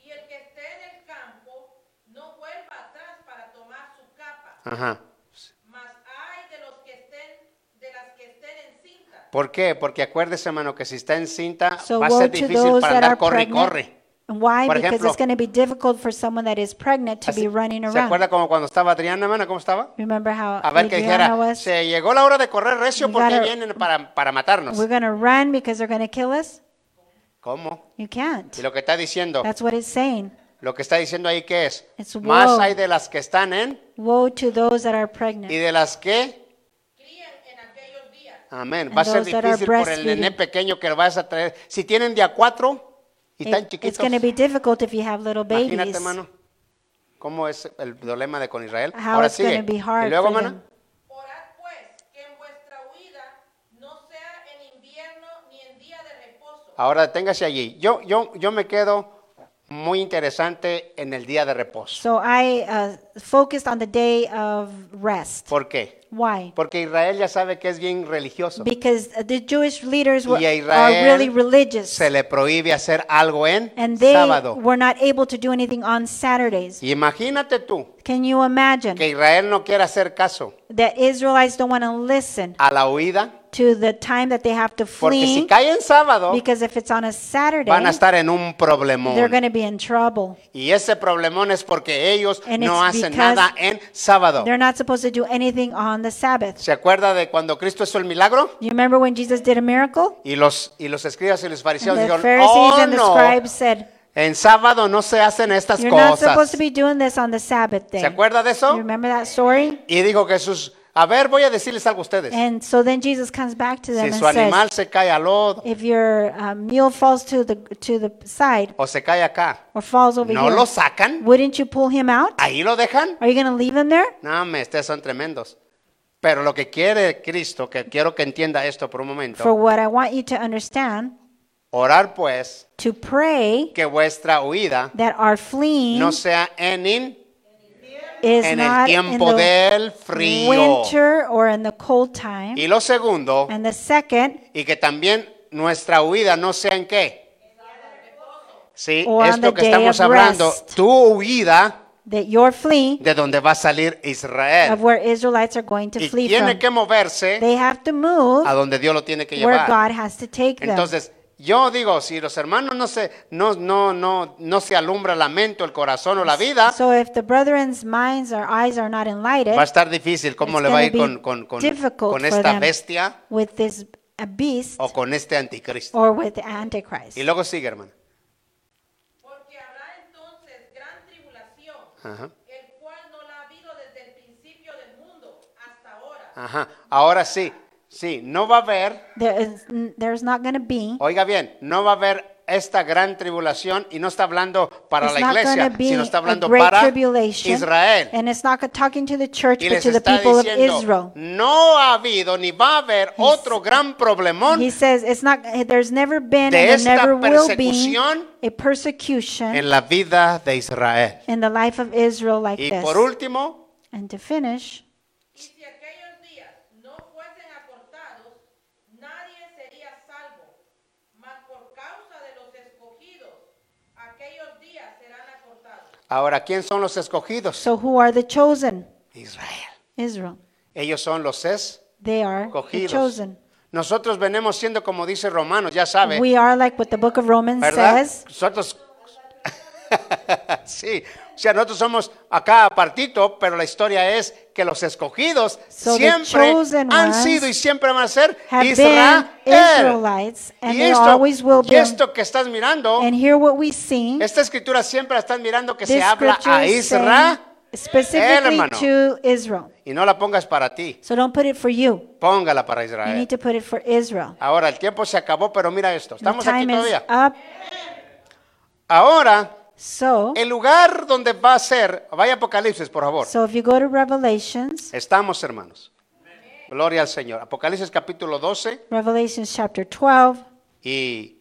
S4: Y el que esté en el campo no vuelva atrás para tomar su capa,
S2: Ajá.
S4: mas hay de los que estén, de las que estén en cinta.
S2: ¿Por qué? Porque acuérdese, hermano, que si está en cinta,
S3: So
S2: va a ser
S3: woe to
S2: difícil
S3: those
S2: para
S3: that are
S2: andar corre y
S3: pregnant.
S2: corre.
S3: Why?
S2: Por
S3: Because it's
S2: ejemplo,
S3: going to be difficult for someone that is pregnant to
S2: Así-
S3: be running
S2: ¿Se acuerda
S3: around.
S2: como cuando estaba Adriana, hermana? ¿Cómo estaba?
S3: Remember how
S2: A ver, que
S3: Adriana
S2: dijera,
S3: was?
S2: se llegó la hora de correr recio
S3: We
S2: porque
S3: gotta-
S2: vienen para, para matarnos.
S3: We're going to run because they're going to kill us?
S2: ¿Cómo?
S3: You can't.
S2: Y lo que está diciendo,
S3: That's what it's saying.
S2: lo que está diciendo ahí que es,
S3: It's
S2: más
S3: woe.
S2: hay de las que están en
S3: Woe to those that are
S2: y
S3: pregnant
S2: de las que
S4: crían en aquellos días.
S2: Amén.
S3: And
S2: Va a ser
S3: those that are
S2: difícil por el
S3: breastfeeding.
S2: nené pequeño que lo vas a traer. Si tienen de a cuatro y
S3: It-
S2: tan
S3: it's
S2: chiquitos,
S3: going to be difficult if you have little
S2: imagínate,
S3: babies.
S2: hermano, cómo es el problema de con Israel.
S3: How
S2: Ahora
S3: it's gonna
S2: sigue.
S3: be hard
S2: y luego,
S3: for
S2: hermano,
S4: Orad pues que en vuestra huida no sea en invierno ni en día de reposo,
S2: ahora deténgase allí. Yo, yo, yo me quedo muy interesante en el día de reposo.
S3: So I uh, focused on the day of rest.
S2: ¿Por qué?
S3: Why?
S2: Porque Israel ya sabe que es bien religioso.
S3: Because the Jewish leaders were,
S2: Y a
S3: are really
S2: Israel
S3: religious.
S2: Se le prohíbe hacer algo en
S3: And they
S2: sábado.
S3: were not able to do anything on Saturdays.
S2: Y imagínate tú
S3: Can you imagine
S2: que Israel no quiere hacer caso
S3: that Israelites don't want to listen
S2: a la huida.
S3: to the time that they have to
S2: Porque si
S3: flee?
S2: cae en sábado,
S3: Because if it's on a Saturday,
S2: van a estar en un problemón.
S3: they're going to be in trouble.
S2: Y ese problemón es porque ellos
S3: And
S2: no
S3: it's
S2: hacen
S3: because
S2: nada en sábado.
S3: They're not supposed to do anything on the Sabbath.
S2: ¿Se acuerda de cuando Cristo hizo el milagro?
S3: You remember when Jesus did a miracle?
S2: Y los, y los escribas y los
S3: And
S2: fariseos
S3: the
S2: dijeron,
S3: Pharisees
S2: oh
S3: and the
S2: no,
S3: scribes said,
S2: en sábado no se hacen estas
S3: You're not supposed
S2: cosas.
S3: to be doing this on the Sabbath day.
S2: ¿Se acuerda de
S3: You
S2: eso?
S3: remember that story?
S2: Y dijo Jesús, a ver, voy a decirles algo a ustedes.
S3: And so then Jesus comes back to them
S2: Si
S3: and
S2: su animal
S3: says,
S2: se cae al lodo
S3: If your um, mule falls to the, to the side
S2: o se cae acá,
S3: or falls over
S2: ¿no
S3: here,
S2: lo sacan?
S3: wouldn't you pull him out?
S2: ¿Ahí lo dejan?
S3: Are you going to leave him there?
S2: No, me, ustedes son tremendos. Pero lo que quiere Cristo, que quiero que entienda esto por un momento,
S3: For what I want you to understand,
S2: Orar pues
S3: to pray
S2: que vuestra huida
S3: that our fleeing
S2: no sea en, in-
S3: is
S2: en el
S3: not in
S2: tiempo
S3: the
S2: del frío.
S3: winter or in the cold time.
S2: Y lo segundo,
S3: And the second,
S2: y que también nuestra huida no sea en qué. Sí,
S3: or
S2: es
S3: on
S2: lo
S3: the
S2: que
S3: day
S2: estamos
S3: of
S2: hablando.
S3: rest.
S2: Tu huida
S3: that your flee
S2: de donde va a salir
S3: of
S2: Israel.
S3: where Israelites are going to
S2: Y
S3: flee
S2: tiene
S3: from.
S2: que moverse
S3: They have to move
S2: a donde Dios lo tiene que
S3: where
S2: llevar.
S3: God has to take them.
S2: Entonces, yo digo, si los hermanos no se, no, no, no, no se alumbra la mente, o el corazón o la vida,
S3: So if the brethren's minds or eyes are not enlightened
S2: va a estar difícil. ¿Cómo
S3: It's
S2: le va a ir
S3: gonna be
S2: con, con, con,
S3: difficult
S2: con
S3: for
S2: esta
S3: them.
S2: bestia
S3: with this a beast
S2: o con este anticristo?
S3: or with the Antichrist.
S2: Y luego sigue, hermano.
S4: Porque habrá entonces gran tribulación,
S2: Ajá.
S4: el cual no la ha habido desde el principio del mundo hasta ahora.
S2: Ajá. Ahora sí, sí, no va a haber,
S3: There is, n- there's not going to be.
S2: oiga bien, no va a haber esta gran tribulación y no está hablando para
S3: it's
S2: la
S3: not going
S2: iglesia,
S3: to be
S2: sino está
S3: a
S2: hablando
S3: great
S2: para
S3: tribulation,
S2: Israel.
S3: and it's not talking to the church,
S2: Y
S3: but
S2: les
S3: to the
S2: está
S3: people of
S2: diciendo,
S3: Israel.
S2: no ha habido ni va a haber otro gran problemón
S3: He says it's not. There's never been,
S2: De
S3: and
S2: esta
S3: there never will be
S2: persecución
S3: a persecution
S2: en la vida de Israel.
S3: in the life of Israel like
S2: Y
S3: this.
S2: por último,
S3: and to finish,
S4: Y si aquellos días no fuesen acortados, nadie sería salvo. Mas por causa de los escogidos, aquellos días serán acortados.
S2: ahora, ¿quién son los escogidos?
S3: so who are the chosen?
S2: Israel.
S3: Israel.
S2: Ellos son los escogidos.
S3: They are the chosen.
S2: Nosotros venimos siendo como dice Romanos, ya sabe,
S3: We are like what the book of Romans
S2: ¿verdad?
S3: says.
S2: Nosotros, sí, o sea, nosotros somos acá apartito, pero la historia es que los escogidos
S3: So the
S2: siempre
S3: chosen
S2: han
S3: ones
S2: sido y siempre van a ser
S3: have
S2: Israel.
S3: been Israelites, and
S2: y,
S3: they
S2: esto,
S3: always will
S2: y
S3: be.
S2: esto que estás mirando,
S3: and here, what we see,
S2: esta escritura siempre la estás mirando que
S3: this
S2: se habla
S3: scripture
S2: a
S3: is saying
S2: Israel
S3: specifically
S2: hermano.
S3: to Israel.
S2: y no la pongas para ti,
S3: So don't put it for you.
S2: póngala para
S3: You
S2: Israel.
S3: need to put it for Israel.
S2: Ahora el tiempo se acabó, pero mira esto,
S3: The
S2: estamos aquí
S3: time is
S2: todavía.
S3: up.
S2: Ahora
S3: So,
S2: El lugar donde va a ser, vaya Apocalipsis, por favor.
S3: so if you go to Revelations,
S2: Estamos, hermanos. Gloria al Señor. Apocalipsis capítulo 12
S3: Revelations chapter 12,
S2: y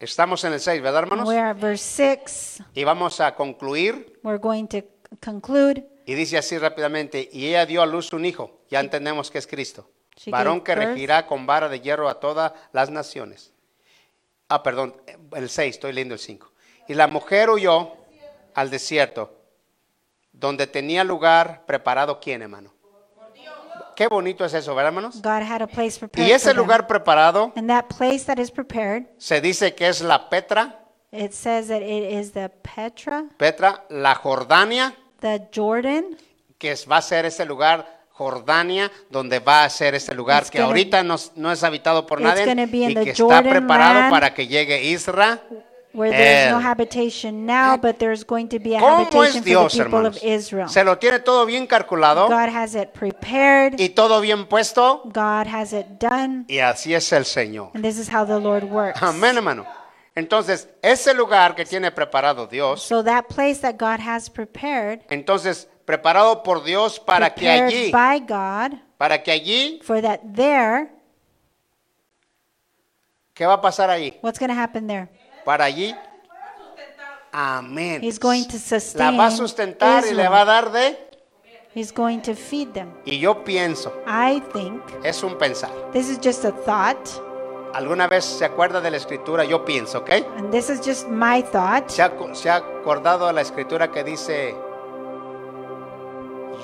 S2: estamos en el 6, ¿verdad, hermanos?
S3: we're at verse 6.
S2: Y vamos a concluir
S3: We're going to conclude.
S2: y dice así rápidamente, y ella dio a luz un hijo, ya entendemos que es Cristo,
S3: She
S2: varón
S3: gave
S2: que
S3: birth.
S2: regirá con vara de hierro a todas las naciones. Ah, perdón, el 6, estoy leyendo el 5. Y la mujer huyó al desierto, donde tenía lugar preparado quién, hermano. Qué bonito es eso, ¿verdad, hermanos?
S3: God had a place prepared.
S2: Y ese
S3: for them.
S2: lugar preparado
S3: and that place that is prepared,
S2: se dice que es la Petra,
S3: it says that it is the Petra,
S2: Petra, la Jordania,
S3: the Jordan.
S2: que es- va a ser ese lugar Jordania, donde va a ser ese lugar
S3: It's
S2: que
S3: gonna-
S2: ahorita no, no es habitado por
S3: It's
S2: nadie
S3: gonna be in
S2: y
S3: the
S2: que está
S3: Jordan
S2: preparado
S3: land.
S2: para que llegue Israel.
S3: where there's no
S2: El-
S3: habitation now, but there's going to be a
S2: ¿Cómo es
S3: habitation for the
S2: Dios,
S3: people
S2: hermanos?
S3: of Israel.
S2: Se lo tiene todo bien calculado
S3: God has it prepared.
S2: y todo bien puesto
S3: God has it done.
S2: y así es el Señor.
S3: And this is how the Lord works.
S2: Amén, hermano. Entonces, ese lugar que tiene preparado Dios,
S3: So that place that God has prepared,
S2: entonces preparado por Dios para que
S3: prepared
S2: allí,
S3: by God,
S2: para que allí,
S3: for that there,
S2: ¿qué va a pasar allí?
S3: what's going to happen there?
S2: Para allí. Amén.
S3: He's going to
S2: La
S3: sustain
S2: va a sustentar y le va a
S3: Israel.
S2: dar de
S3: He's going to feed them.
S2: Y yo pienso,
S3: I think
S2: es un pensar.
S3: this is just a thought,
S2: ¿Alguna vez se acuerda de la escritura? Yo pienso, ¿ok?
S3: and this is just my thought.
S2: ¿Se ha, acu- se ha acordado de la escritura que dice,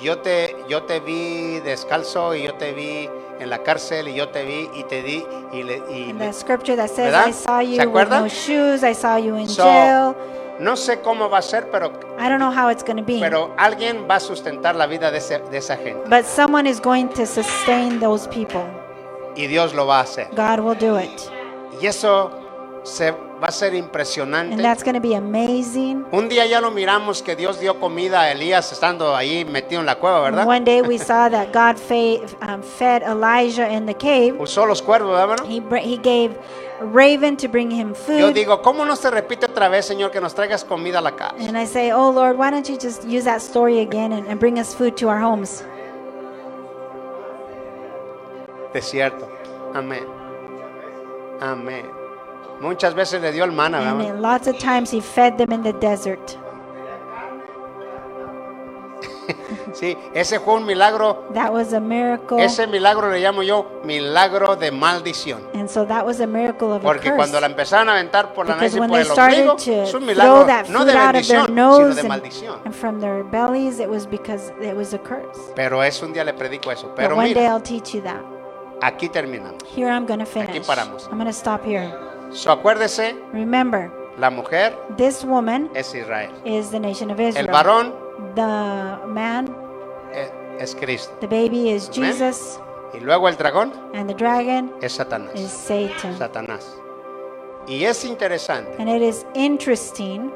S2: yo te, yo te vi descalzo y yo te vi en la cárcel y yo te vi y te di y le... y
S3: And
S2: le-".
S3: the scripture that says,
S2: ¿Verdad?
S3: I saw
S2: ¿Se
S3: you with
S2: acuerdan?
S3: no shoes, I saw you in
S2: So,
S3: jail.
S2: no sé cómo va a ser, pero,
S3: I don't know how it's going to be,
S2: pero alguien va a sustentar la vida de, ese- de esa gente
S3: but someone is going to sustain those people.
S2: y Dios lo va a hacer.
S3: God will do it.
S2: Y eso se, va a ser
S3: And
S2: impresionante.
S3: that's going to be amazing.
S2: Un día ya lo miramos que Dios dio comida a Elías estando ahí metido en la cueva, ¿verdad?
S3: One day we saw that God fe- um, fed Elijah in the cave.
S2: Usó los cuervos, ¿verdad, hermano?
S3: He, br- he gave a raven to bring him
S2: Yo
S3: food.
S2: digo, ¿cómo no se repite otra vez, Señor, que nos traigas comida a la casa?
S3: And I say, Oh Lord, why don't you just use that story again and, and bring us food to our homes?
S2: Desierto. Amén. Amén. Muchas veces le dio el mana, ¿verdad?
S3: And
S2: hermano?
S3: then lots of times he fed them in the desert.
S2: Sí, ese fue un milagro.
S3: That was a miracle.
S2: Ese milagro le llamo yo milagro de maldición.
S3: And so that was a miracle of a
S2: Porque
S3: curse.
S2: cuando la empezaron a aventar por la nariz
S3: because
S2: y
S3: when
S2: por
S3: they
S2: el
S3: started
S2: ombligo,
S3: to
S2: es un
S3: throw
S2: milagro
S3: that
S2: no
S3: food
S2: de
S3: out of
S2: bendición,
S3: their
S2: sino
S3: nose
S2: de
S3: and,
S2: maldición.
S3: and from their bellies, it was because it was a curse.
S2: Pero es un día le predico eso.
S3: But
S2: Pero
S3: one day
S2: mira,
S3: I'll teach you that.
S2: aquí terminamos.
S3: Here I'm going to finish.
S2: paramos.
S3: I'm going to stop here.
S2: So, acuérdese,
S3: Remember,
S2: la mujer
S3: this woman
S2: es Israel.
S3: is the nation of
S2: El
S3: Israel.
S2: varón
S3: the man,
S2: es, es Cristo.
S3: the baby is
S2: Amen.
S3: Jesus,
S2: Y luego el dragón
S3: and the dragon
S2: es Satanás.
S3: is Satan.
S2: Satanás. Y es interesante
S3: And it is interesting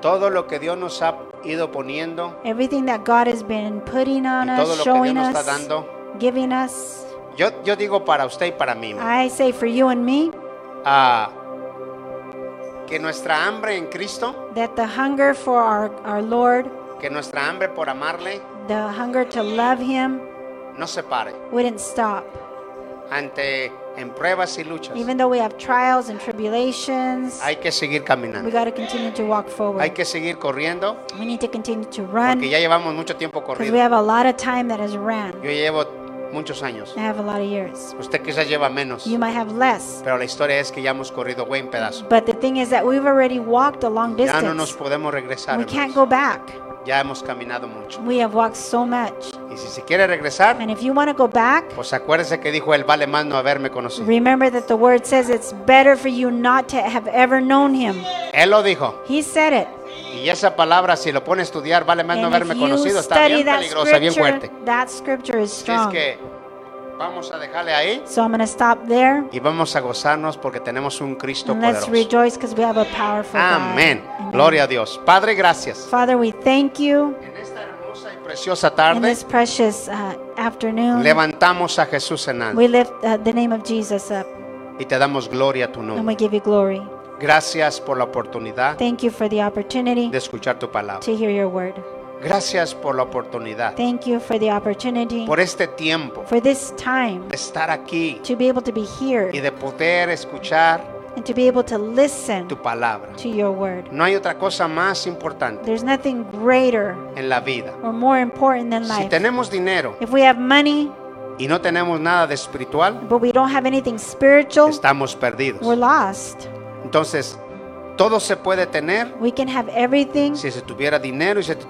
S2: todo lo que Dios nos ha ido poniendo
S3: everything that God has been putting on
S2: y todo
S3: us,
S2: lo que Dios
S3: showing
S2: nos
S3: us,
S2: está dando.
S3: giving us.
S2: Yo, yo digo para usted y para mí,
S3: I say for you and me
S2: ah, que nuestra hambre en Cristo,
S3: that the hunger for our, our Lord,
S2: que nuestra hambre por amarle,
S3: the hunger to love Him,
S2: no se pare
S3: wouldn't stop.
S2: ante en pruebas y luchas.
S3: Even though we have trials and tribulations,
S2: Hay que seguir
S3: we
S2: caminando,
S3: got to continue to walk forward.
S2: hay que seguir corriendo,
S3: We need to continue to run
S2: porque ya llevamos mucho tiempo
S3: because we
S2: corrido.
S3: have pues a lot of time that has ran.
S2: Yo llevo muchos años,
S3: I have a lot of years.
S2: usted quizás lleva menos,
S3: You might have less.
S2: pero la historia es que ya hemos corrido buen pedazo.
S3: But the thing is that we've already walked a long
S2: Ya no nos
S3: distance.
S2: podemos regresar.
S3: We can't
S2: hermanos.
S3: Este go back.
S2: Ya hemos caminado mucho.
S3: We have walked so much.
S2: Y si se quiere regresar,
S3: And if you want to go back,
S2: pues acuérdese que dijo él vale más no haberme conocido.
S3: remember that the word says it's better for you not to have ever known him.
S2: Él lo dijo.
S3: He said it.
S2: Y esa palabra, si lo pone a estudiar, vale más no
S3: And
S2: haberme
S3: if
S2: conocido.
S3: you
S2: Está
S3: study
S2: bien
S3: that
S2: peligrosa, bien fuerte.
S3: scripture, that scripture is
S2: Así es
S3: strong.
S2: que vamos a dejarle ahí
S3: So I'm going to stop there
S2: y vamos a gozarnos porque tenemos un Cristo
S3: and let's
S2: poderoso.
S3: rejoice because we have a powerful God.
S2: Amén.
S3: Amen.
S2: Gloria a Dios. Padre, gracias.
S3: Father, we thank you
S2: En esta hermosa y preciosa
S3: in
S2: tarde
S3: this precious uh, afternoon.
S2: levantamos a Jesús en
S3: We
S2: alto
S3: lift uh, the name of Jesus up
S2: y te damos gloria a tu
S3: and we
S2: nombre.
S3: give you glory.
S2: Gracias por la oportunidad
S3: Thank you for the opportunity
S2: de escuchar tu palabra.
S3: to hear your word.
S2: Gracias por la oportunidad,
S3: Thank you for the opportunity
S2: por este tiempo
S3: for this time
S2: de estar aquí
S3: to be able to be here
S2: y de poder escuchar
S3: and to be able to listen
S2: tu palabra.
S3: to your word.
S2: No hay otra cosa más importante
S3: There's nothing greater
S2: en la vida.
S3: or more important than
S2: Si
S3: life.
S2: tenemos dinero
S3: If we have money,
S2: y no tenemos nada de espiritual,
S3: but we don't have anything spiritual,
S2: estamos
S3: we're
S2: perdidos.
S3: lost.
S2: Entonces, todo se puede tener
S3: We can have everything
S2: si se tuviera dinero y se tu-